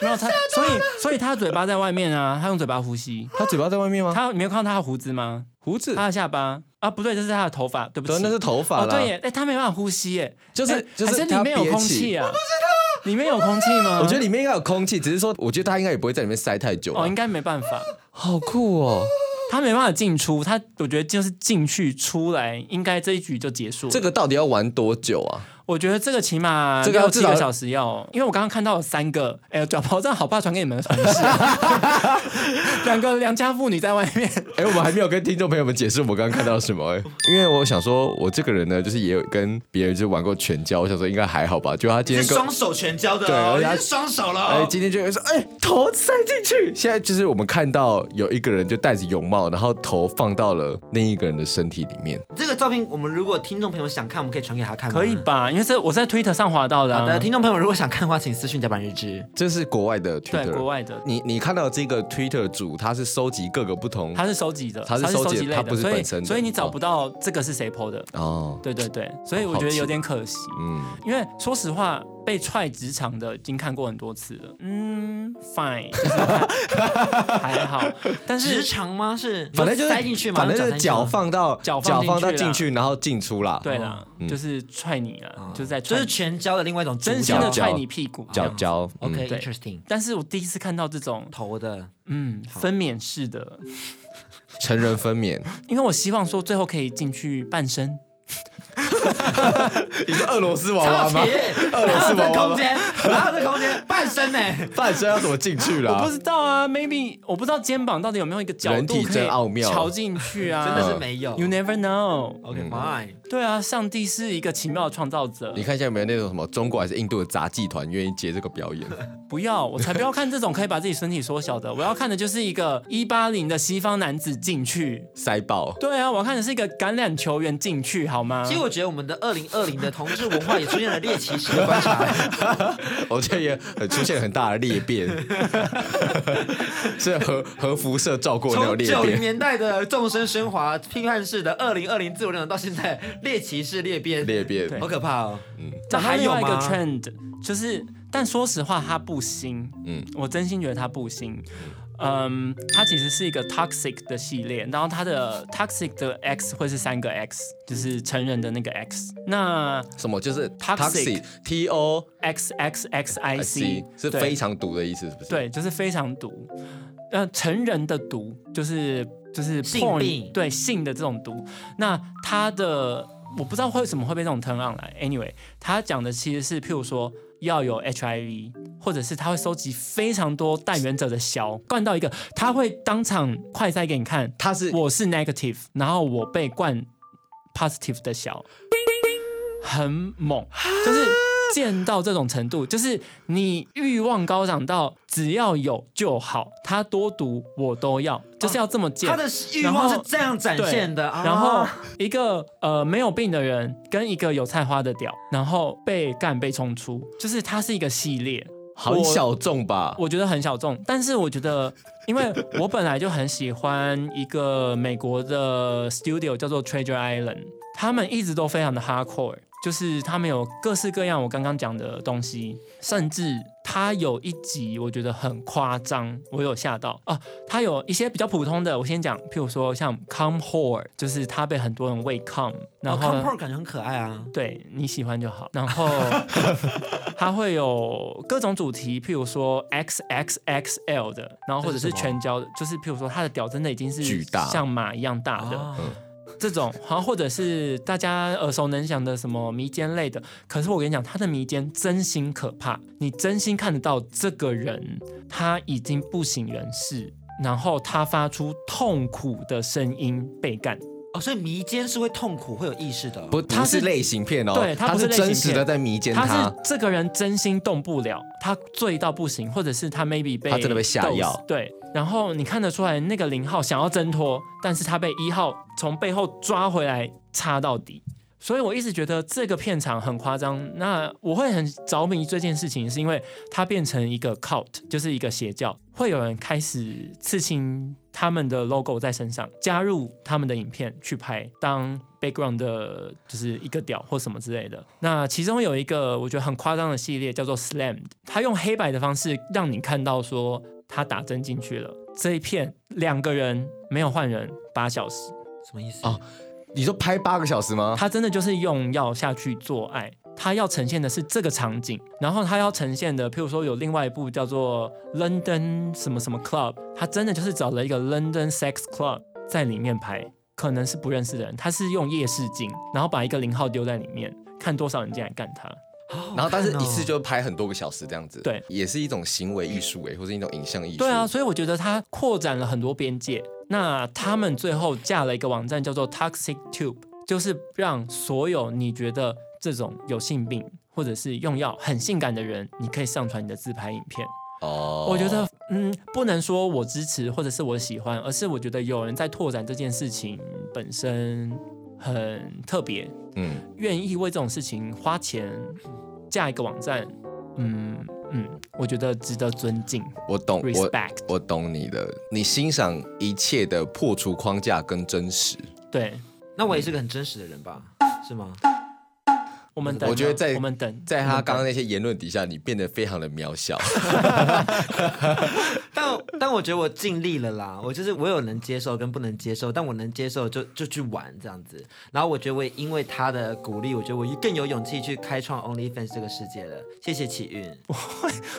E: 没有他，所以所以他嘴巴在外面啊，他用嘴巴呼吸。
B: 他嘴巴在外面吗？
E: 他你没有看到他的胡子吗？
B: 胡子
E: 他的下巴啊，不对，这是他的头发，对不
B: 对，
E: 起，
B: 那是头发
E: 哦，
B: 啦。
E: 对耶，哎，他没办法呼吸耶，
B: 就是
E: 哎
B: 就是
E: 还是里
B: 他
E: 面有
B: 憋
E: 空
B: 气
E: 气啊？我不知道，里面有空气吗？
B: 我觉得里面应该有空气，只是说，我觉得他应该也不会在里面塞太久吧。啊
E: 哦，应该没办法。
B: 好酷哦！
E: 他没办法进出，他我觉得就是进去出来，应该这一局就结束了。
B: 这个到底要玩多久啊？
E: 我觉得这个起码
B: 这个要
E: 六七
B: 至
E: 个
B: 少
E: 小时要，因为我刚刚看到有三个，哎、转跑站好怕传给你们的同
B: (laughs)
E: 事，两个良家妇女在外面，
B: 哎，我们还没有跟听众朋友们解释我们刚刚看到什么哎，因为我想说，我这个人呢，就是也有跟别人就玩过拳交，我想说应该还好吧。就他今
C: 是
B: 天跟
C: 双手全交的
B: 对
C: 哦，
B: 而且
C: 你
B: 他
C: 是双手了
B: 哎，
C: 哦。
B: 今天就有人说，哎，头塞进去。现在就是我们看到有一个人就戴着泳帽，然后头放到了另一个人的身体里面。
C: 这个照片，我们如果听众朋友想看，我们可以传给他看吗
E: 可以。嗯吧？因为这我在 Twitter 上滑到的、啊，
C: 好的，听众朋友如果想看的话，请私讯甲板日志。
B: 这是国外的 Twitter，
E: 对国外的，
B: 你你看到这个 Twitter 组，他是收集各个不同
E: 他是收集的，
B: 他是
E: 是
B: 收集的
E: 集类
B: 他不是
E: 所以
B: 本身的
E: 所以你找不到这个是谁 PO 的，
B: 哦，
E: 对对对，所以我觉
B: 好
E: 得
B: 奇
E: 有点可惜。
B: 嗯，
E: 因为说实话，被踹职场的已经看过很多次了，嗯，fine，就是
B: (laughs)
E: 还还好，但
C: 直
E: 是
C: 肠吗？是
B: 反正就是
C: 塞进去吗？
B: 反正就是脚放到
E: 脚放
B: 脚
E: 进去
B: 放到
E: 啦
B: 进去，然后进出啦。
E: 对啦，
B: 嗯啊
E: 就是踹你了，就是在
C: 就
E: 踹
C: 是
E: 你，
C: 全交的另外一种主
E: 真心的
C: 角
E: 踹你屁股。
B: 脚胶。嗯
C: OK
E: 对
C: interesting
E: 但是我第一次看到这种，
C: 头的，
E: 嗯，分娩式的，
B: 成人分娩。
E: 因为我希望说最后可以进去半身，
B: 你是俄罗斯娃
C: 超
B: 娃
C: 级，
B: 哦
C: (laughs)
B: 吗？
C: 然
B: 罗斯
C: 后
B: 娃
C: 这
B: 娃
C: 空间，然后这空间半身呢，
B: 半身要怎么进去
E: 我不
B: 啦？
E: 知道啊，maybe 我不知道肩膀到底有没有一个角
B: 人
E: 度
B: 体
E: 可
B: 真
E: 以
B: 奥妙
E: 瞧进去啊，
C: 真的是没有
E: You。never know。
C: OK fine，
E: 对啊，上帝是一个奇妙的创造者
B: 你。看一下有没有那种什么中国还是印度的杂技团愿意接这个表演？ (laughs)
E: 不要，我才不要看这种可以把自己身体缩小的。我要看的就是一个一八零的西方男子进去。
B: 塞爆！
E: 对啊，我要看的是一个橄榄球员进去，好吗？
C: 其实我觉得我们的二零二零的同志文化也出现了猎奇式的观察。
B: 我这也很出现很大的裂 (laughs) 变，是核核辐射照过那
C: 从
B: 种裂
C: 九零
B: 变。
C: 年代的纵深升华批判式的二零二零自我认同，到现在猎奇式裂变，
B: 裂变，
E: 对
C: 好可怕哦。
E: 这
C: 那还
E: 还有
C: 有
E: 一个
C: 吗
E: trend，就是，但说实话，它不新。
B: 嗯
E: 嗯，我真心觉得它不新。嗯，它其实是一个 toxic 的系列，然后它的 toxic 的 X 会是三个 X，就是成人的那个 X。那
B: 什么就是
E: Toxic
B: T O
E: X X X
B: I
E: I C
B: C 是非常毒的意思，是不是？，
E: 对，就是非常毒。呃，成人的毒就是就是
C: 性
E: porn，
C: 病
E: 对性的这种毒。那他的我不知道为什么会被这种 turn on 来。Anyway，他讲的其实是譬如说要有 HIV，或者是他会收集非常多带源者的小灌到一个，他会当场快塞给你看，
B: 他是
E: 我是 negative，然后我被灌 positive 的小，很猛，就是贱到这种程度，就是你欲望高涨到只要有就好，他多毒我都要，就是要这么贱。
C: 哦他的欲
E: 然
C: 望
E: 后
C: 是这样展
E: 对
C: 现的，啊
E: 然后一个呃没有病的人跟一个有菜花的屌，然后被干被冲出，就是它是一个系列。
B: 很小众吧？
E: 我觉得很小众，但是我觉得，因为我本来就很喜欢一个美国的 studio 叫做 Treasure Island，他们一直都非常的 hardcore，就是他们有各式各样我刚刚讲的东西，甚至他有一集我觉得很夸张，我有吓到啊！他有一些比较普通的，我先讲，譬如说像 Come Whore，就是他被很多人喂 Come，然后
C: 哦
E: 呢
C: Compor 感觉很可爱啊，
E: 对你喜欢就好。然后它会有各种主题，譬如说 X X X L 的，然后或者是全焦的，就是譬如说它的屌真的已经是
B: 巨大啊
E: 像马一样大的、
C: 哦
E: 这种，然后或者是大家耳熟能详的什么迷奸类的。可是我跟你讲，它的迷奸真心可怕，你真心看得到这个人他已经不省人事。然后他发出痛苦的声音被干，
C: 哦，所以迷奸是会痛苦、会有意识的，
B: 不，
E: 他
B: 不是
E: 是
B: 类型片哦，
E: 对他
B: 他
E: 不
B: 是
E: 是类型
B: 真实的
E: 片
B: 在迷奸
E: 他是这个人真心动不了，他醉到不行，或者是他 maybe 被
B: 他真的被下药
E: 斗死对，然后你看得出来，那个零号想要挣脱，但是他被一号从背后抓回来插到底。所以我一直觉得这个片场很夸张。那我会很着迷这件事情，是因为它变成一个 cult，就是一个邪教，会有人开始刺青他们的 logo 在身上，加入他们的影片去拍，当 background 的就是一个屌或什么之类的。那其中有一个我觉得很夸张的系列叫做 slammed，他用黑白的方式让你看到说他打针进去了。这一片两个人没有换人八小时，
C: 什么意思？
B: 哦你说拍八个小时吗？
E: 他真的就是用药下去做爱，他要呈现的是这个场景，然后他要呈现的，譬如说有另外一部叫做 London 什么什么 Club，他真的就是找了一个 London Sex Club 在里面拍，可能是不认识的人，他是用夜视镜，然后把一个零号丢在里面，看多少人进来干他。
C: 好好
B: 然后但是
C: 看哦
B: 一次就拍很多个小时这样子，
E: 对，
B: 也是一种行为艺术哎，或者一种影像艺术。
E: 对啊，，所以我觉得他扩展了很多边界。那他们最后架了一个网站叫做 Toxic Tube，就是让所有你觉得这种有性病或者是用药很性感的人，你可以上传你的自拍影片。
B: 哦，
E: 我觉得，嗯，不能说我支持或者是我喜欢，而是我觉得有人在拓展这件事情本身很特别，
B: 嗯，
E: 愿意为这种事情花钱架一个网站，嗯嗯，我觉得值得尊敬
B: 哦我懂，我
E: ，respect。
B: 我懂你的，你欣赏一切的破除框架跟真实。
E: 对，
C: 那我也是个很真实的人吧？是吗？
E: 我们等啊，
B: 我觉得在
E: 我们等，
B: 在
E: 我
B: 他
E: 们等
B: 刚刚那些言论底下，你变得非常的渺
E: (laughs)
B: 小。
C: 但但我觉得我尽力了啦，我就是我有能接受跟不能接受，但我能接受就就去玩这样子。然后我觉得我也因为他的鼓励，我觉得我更有勇气去开创 OnlyFans 这个世界了。谢谢启运，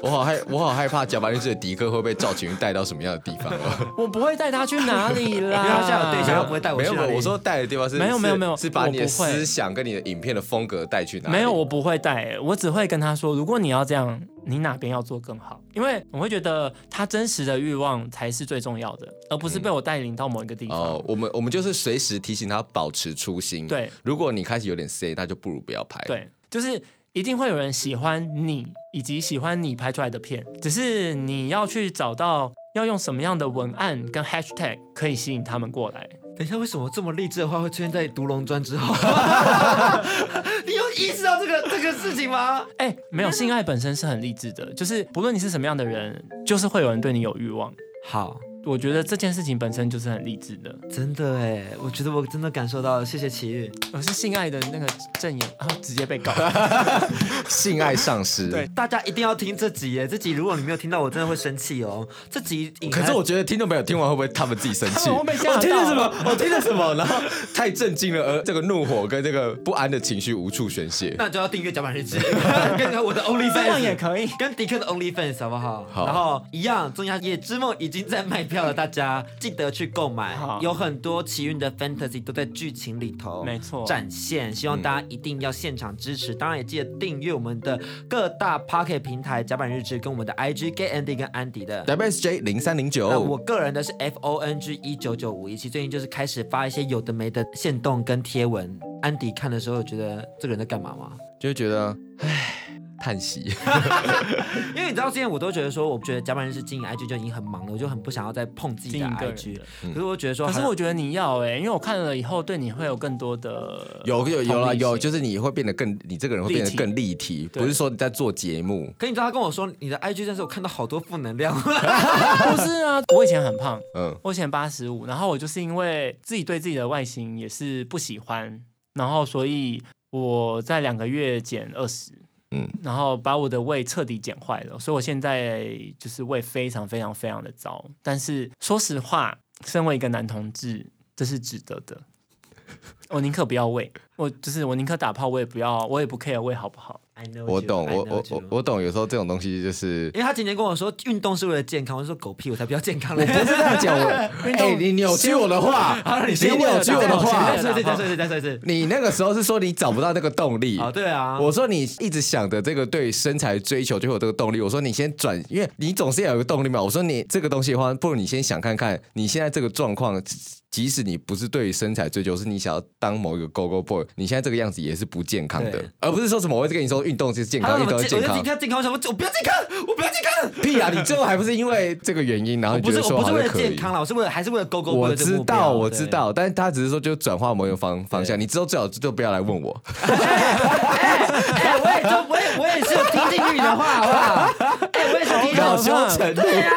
B: 我好害，我好害怕假扮律师的迪克会被赵群带到什么样的地方
E: (laughs)
B: 哦。
E: 我不会带他去哪里啦，
C: 因为他现在 (laughs) 有对象，他不会
E: 哎
C: 带我
B: 没
C: 去
B: 有，
C: 哪里。
B: 我说带的地方是
E: 没有
B: 是
E: 没有没有
B: 是把你的
E: 我不会
B: 思想跟你的影片的风格带去哪里？
E: 没有，我不会带，我只会跟他说，如果你要这样，你哪边要做更好，因为我会觉得他真实的欲望才是最重要的，而不是被我带领到某一个地方。
B: 哦，我嗯们我们就是随时提醒他保持初心。
E: 对，
B: 如果你开始有点 C，那就不如不要拍。，
E: 对，就是一定会有人喜欢你，以及喜欢你拍出来的片，只是你要去找到要用什么样的文案跟 hashtag 可以吸引他们过来。
C: 等一下，为什么这么励志的话会出现在独龙砖之后？你有意识到这个这个事情吗？
E: 哎、没有，性爱本身是很励志的，就是不论你是什么样的人，就是会有人对你有欲望。
C: 好，
E: 我觉得这件事情本身就是很励志的。
C: 真的哎，我觉得我真的感受到了，谢谢奇遇。
E: 我是性爱的那个正言，然后直接被 (laughs) 告。
B: 性爱丧失。
E: 对
C: 大家一定要听这集耶！这集如果你没有听到，我真的会生气哦。这集隐含
B: 可是我觉得听众朋友听完会不会他们自己生气？
E: 他们会被吓到
B: 我听了什么？我听了什么？然后太震惊了，呃而这个怒火跟这个不安的情绪无处宣泄。
C: 那就要订阅《甲板
E: (laughs)
C: 日志》，跟我的 Only Fans
E: 这样也可以
C: 跟迪克的 Only Fans 好不好？
B: 好
C: 然后一样，《中央夜之梦》已经在卖票了，大家记得去购买
E: 好，
C: 有很多奇运的 fantasy 都在剧情里头，
E: 没错
C: 展现。希望大家一定要现场支持，当然也记得订阅我们的各大 Pocket 平台甲板日志跟我们的 IG Gay Andy 跟安迪的。
B: WSJ 零三零
C: 那我
B: 九，
C: 个人的是 F O N G 一九九五一七，最近就是开始发一些有的没的线动跟贴文。安迪看的时候，有觉得这个人在干嘛吗？
B: 就觉得唉，叹息。
C: 因为你知道，之前我都觉得说，我觉得甲板日志经营 IG 就已经很忙了，我就很不想要再碰自己的
E: 经营个人
C: IG
E: 的。
C: 可是我觉得说，
E: 可是
C: 好像
E: 我觉得你要哎、因为我看了以后对你会有更多的
B: (laughs) 有有有
E: 同
B: 了
E: 理心
B: 有，就是你会变得更，你这个人会变得更立体，
E: 对
B: 不是说你在做节目，
C: 可你知道他跟我说你的 IG 真是我看到好多负能量，
E: 不是啊，我以前很胖，
B: 嗯，
E: 我以前八十五，然后我就是因为自己对自己的外形也是不喜欢，然后所以我在两个月减二十，
B: 嗯
E: 嗯，然后把我的胃彻底减坏了，所以我现在就是胃非常非常非常的糟。但是说实话，身为一个男同志，这是值得的。我宁可不要胃，我就是我宁可打炮，我也不要，我也不 care 胃好不好。
C: I know
B: 我懂，
C: you，I
B: 我
C: know
B: 我我
C: you
B: 我懂，有时候这种东西就是 (laughs)
C: 因为他今天跟我说运动是为了健康，我就说狗屁，我才不要健康
B: 我
C: 嘞
B: 不。是在讲 (laughs) 我，
E: 运动
B: 哎，你扭曲我的 (laughs) 话，你
C: 先
B: 扭曲我的话 (laughs)
C: 再，说一次，再说一次，再说一次。
B: 你那个时候是说你找不到那个动力
C: 啊，对啊，
B: 我说你一直想的这个对身材追求就会有这个动力。我说你先转，因为你总是要有个动力嘛。我说你这个东西的话，不如你先想看看你现在这个状况，即使你不是对于身材追求，是你想要当某一个 go go boy，你现在这个样子也是不健康的
C: 对，
B: 而不是说什么我会跟你说运动就是健
C: 他
B: 康，
C: 说
B: 运
C: 什
B: 动
C: 么
B: 是
C: 健？我
B: 健
C: 就
B: 康
C: 健。康健康，我想说我不要健康，我不要健康。
B: 屁啊！你最后还不是因为这个原因，然后
C: 我
B: 你
C: 哦
B: 觉
C: 不是
B: 得说
C: 我不
B: 好
C: 是为
B: 像
C: 了
B: 可以
C: 健。康了，我是为了还是为了勾勾。
B: 我
C: 为了这个
B: 知
C: 目标
B: 道，我
C: 对
B: 知道，但是他只是说就转化某一个方方向，你之后最好就不要来问我。
C: 哎，我也就我也我也是有听进去你的话，好不
B: (laughs)
C: 好？哎，我也是有听进去你
B: 恼
C: 的
B: 羞
C: 话。
B: 成怒，
C: 对呀，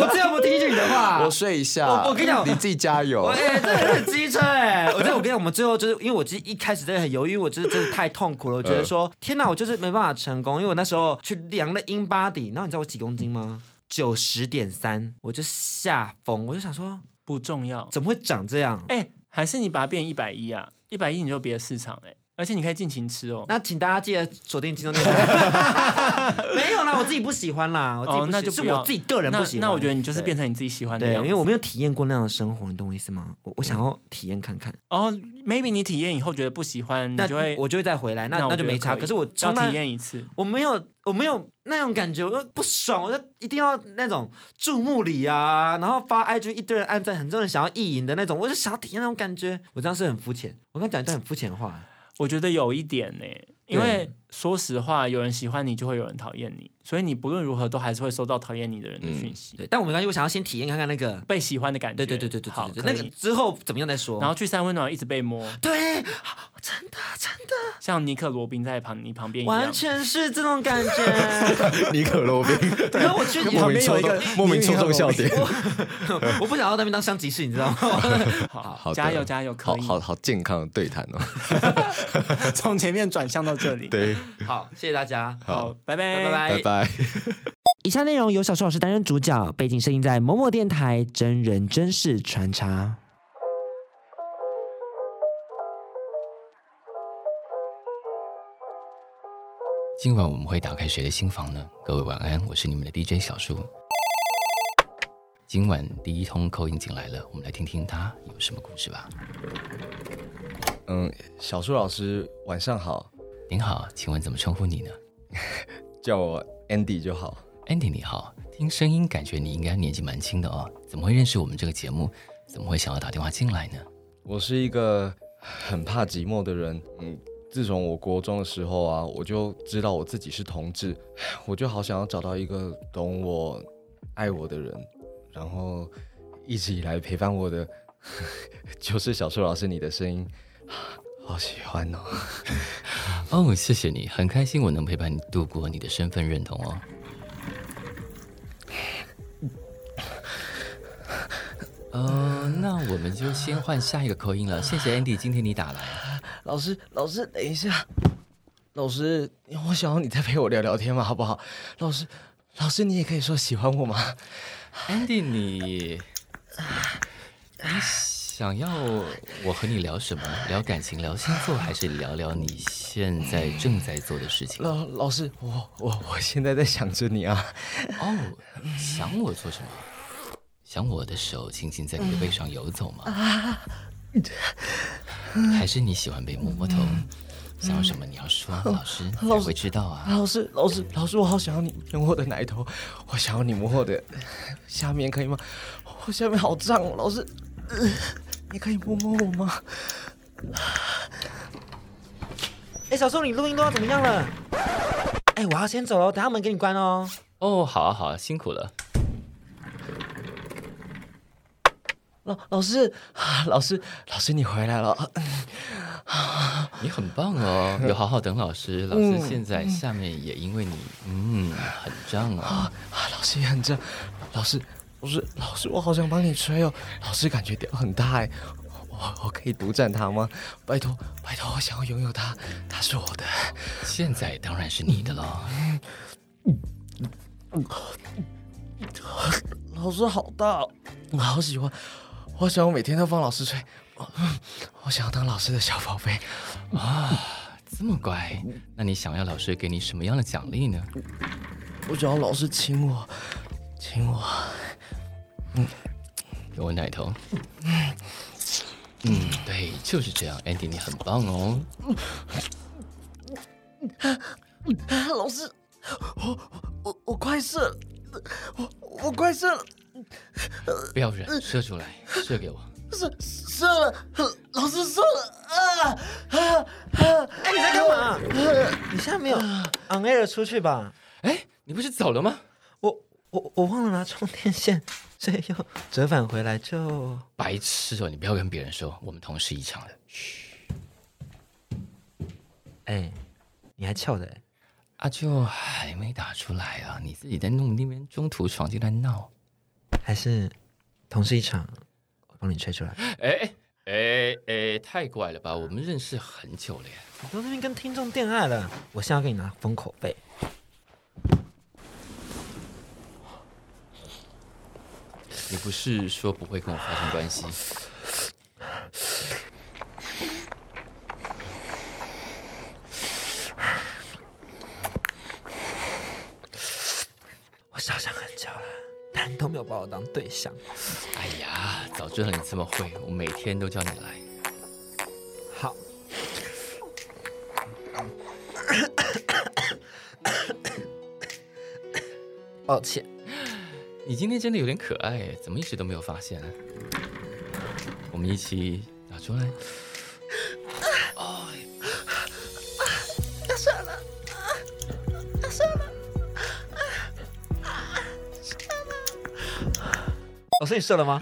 C: 我真的不听进去你的话。
B: (laughs) 我睡一下。
C: 我我跟你讲
B: 你自己加油。
C: 我哎、真的很机车哎！我觉得我跟你讲，我们最后就是因为我其实一开始真的很犹豫，因为我就是真的太痛苦了。我
B: 嗯
C: 觉得说，天哪，我就是没办法成功，因为我那时候去量了 in body，然后你知道我几公斤吗？九十点三，我就吓疯，我就想说，
E: 不重要。
C: 怎么会长这样？
E: 哎、还是你把它变一百一啊，一百一你就别的市场哎、而且你可以尽情吃哦。
C: 那请大家记得锁定轻松电
E: (laughs)
C: 台。没有啦，我自己不喜欢啦，我自己不喜
E: 哦，那就不
C: 是
E: 要
C: 我自己个人
E: 那
C: 不喜欢。
E: 那我觉得你就是
C: 对
E: 变成你自己喜欢的
C: 对，
E: 样
C: 因
E: 子。
C: 为我没有体验过那样的生活，你懂我意思吗？我我想要体验看看。
E: 哦，maybe 你体验以后觉得不喜欢，你
C: 那
E: 就会
C: 我就会再回来，那
E: 那我
C: 那
E: 觉
C: 就
E: 得
C: 没差。
E: 以
C: 可是我
E: 要
C: 从来
E: 体验一次。
C: 我没有，我没有那种感觉，我就不爽，我就一定要那种注目礼啊，然后发 IG 一堆人按赞，很多人想要意淫的那种，我就想要体验那种感觉。我这样是很肤浅，我刚讲一段很肤浅的话，
E: 我觉得有一点呢、因
C: 对
E: 为说实话，有人喜欢你，就会有人讨厌你，所以你不论如何都还是会收到讨厌你的人的讯息，
C: 对，但我们刚我想要先体验看看那个，
E: 被喜欢的
C: 嗯
E: 感觉。
C: 对对对对对
E: 好，
C: 对对，那
E: 可
C: 个
E: 以
C: 之后怎么样再说。
E: 然后去三温暖一直被摸，
C: 对，
E: 像尼克罗宾在旁你旁边一
C: 完
E: 样。
C: 全是这种感
B: (laughs)
C: 觉。
B: 尼可罗宾，
C: 然后我去，
B: 莫
E: 旁
B: 名
E: 边
B: 戳
E: 有
B: 中
E: 一个
B: 莫名戳中笑点，
C: 我不想要在那边当香吉士，你知道吗？ (laughs)
E: 好，
B: 好的
E: 加油加油，可
B: 好
E: 以。
B: 好好健康的对谈
E: (laughs)
B: 哦。
E: 从前面转向到这里。
B: 对，
C: 好，谢谢大家，
E: 好，拜
C: 拜
E: 拜
C: 拜
B: (laughs) 哎拜
E: 哎
B: 拜。
D: 以下内容由小树老师担任主角，背景设定在某某电台真人真事穿插。
A: 今晚我们会打开谁的心房呢？各位晚安，我是你们的 DJ 小叔。今晚第一通扣音进来了，我们来听听他有什么故事吧。
B: 嗯，小树老师晚上好，
A: 您好，请问怎么称呼你呢
B: 叫我 Andy 就好。
A: ？Andy，你好，听声音感觉你应该年纪蛮轻的哦，怎么会认识我们这个节目？怎么会想要打电话进来呢？
B: 我是一个很怕寂寞的人。嗯，自从我国中的时候啊，我就知道我自己是同志， (sighs) 我就好想要找到一个懂我、爱我的人，然后一直以来陪伴我的 (laughs) 就是小树老师你的声音， (sighs) 好喜欢哦。
A: 哦，谢谢你，很开心我能陪伴你度过你的身份认同哦。呃，那我们就先换下一个口音了。谢谢 Andy，今天你打来。
B: 老师，老师，等一下，老师，我想要你再陪我聊聊天嘛，好不好？老师，老师，你也可以说喜欢我吗？
A: Andy，你你想要我和你聊什么？聊感情，聊星座，还是聊聊你现在正在做的事情？
B: 老老师，我我我现在在想着你啊，
A: 嗯哦，想我做什么？想我的手轻轻在你的背上游走吗？还是你喜欢被摸摸头？想要什么你要说，老师才
B: 老师
A: 会知道啊。
B: 老师，老师，老师，我好想要你摸我的奶头，我想要你摸我的下面，可以吗？我下面好胀哦，老师，呃你可以摸摸我吗？
C: 哎，小宋，你录音都要怎么样了？哎，我要先走了，等下门给你关哦。
A: 哦，好啊好啊，辛苦了。
B: 老老师，啊老师，老师，你回来了。
A: 你很棒哦，有好好等老师。老师现在下面也因为你，嗯，很胀哦。
B: 啊，老师也很正。老师，老师，老师，我好想帮你吹哦。老师感觉屌很大哎，我我可以独占它吗？拜托，拜托，我想要拥有它，它是我的。
A: 现在当然是你的喽。
B: 老师好大、哦，我好喜欢。我想要每天都帮老师吹，我我想要当老师的小宝贝。
A: 啊这么乖，那你想要老师给你什么样的奖励呢？
B: 我想要老师亲我，亲我。
A: 给我奶头。嗯，对，就是这样，Andy，你很棒哦。
B: 啊，老师，我我我快射了，我我快射了，
A: 不要忍，射出来，射给我。
B: 射射了，老师射了啊啊啊！
C: 哎，你在干 (laughs) 嘛？你现在没有 on air 出去吧？
A: 哎，你不是走了吗？
C: 我我我忘了拿充电线，所以又折返回来就。
A: 白痴哦，你不要跟别人说，我们同事一场的。
C: 哎，你还翘的哎。
A: 啊，就还没打出来啊，你自己在弄那边中途闯进来闹。
C: 还是同事一场，我帮你吹出来。
A: 哎哎哎，太怪了吧？我们认识很久了耶。
C: 你都那边跟听众恋爱了，我现在要给你拿封口费。
A: 你不是说不会跟我发生关系？
C: 我想想很久了，但你都没有把我当对象。
A: 哎呀，早知道你这么会，我每天都叫你来。
C: (coughs) 好，抱歉，
A: 你今天真的有点可爱耶，怎么一直都没有发现、啊？我们一起打出来。
C: 老哦师你射了 (laughs) 吗？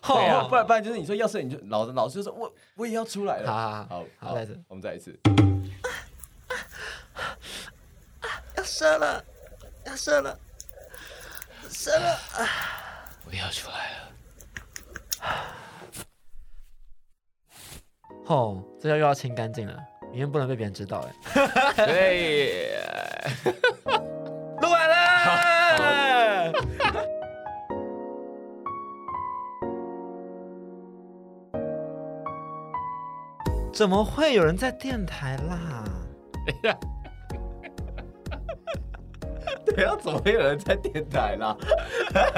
C: 好
B: 对啊，不然不然就是你说要射，你就老老师就说我我也要出来了。
C: 好好好好
B: 好
C: 再一次，
B: 我们再一次。 (laughs)
A: 我要出来了，
C: 哦，这下又要清干净了，明天不能被别人知道哎。 (laughs)
A: 对，
C: 录完了。怎么会有人在电台啦？
B: 对啊，怎么会有人在电台啦？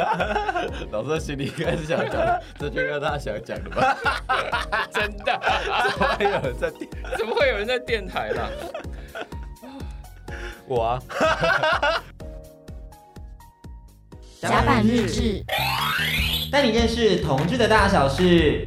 B: (laughs) 老师心里应该是想讲，这就让他想讲的吧？
A: 真的，
B: 怎么会有人在电？
A: 怎么会有人在电台啦？
C: 我啊，
F: 甲板日志。
C: 带你认识同志的大小事。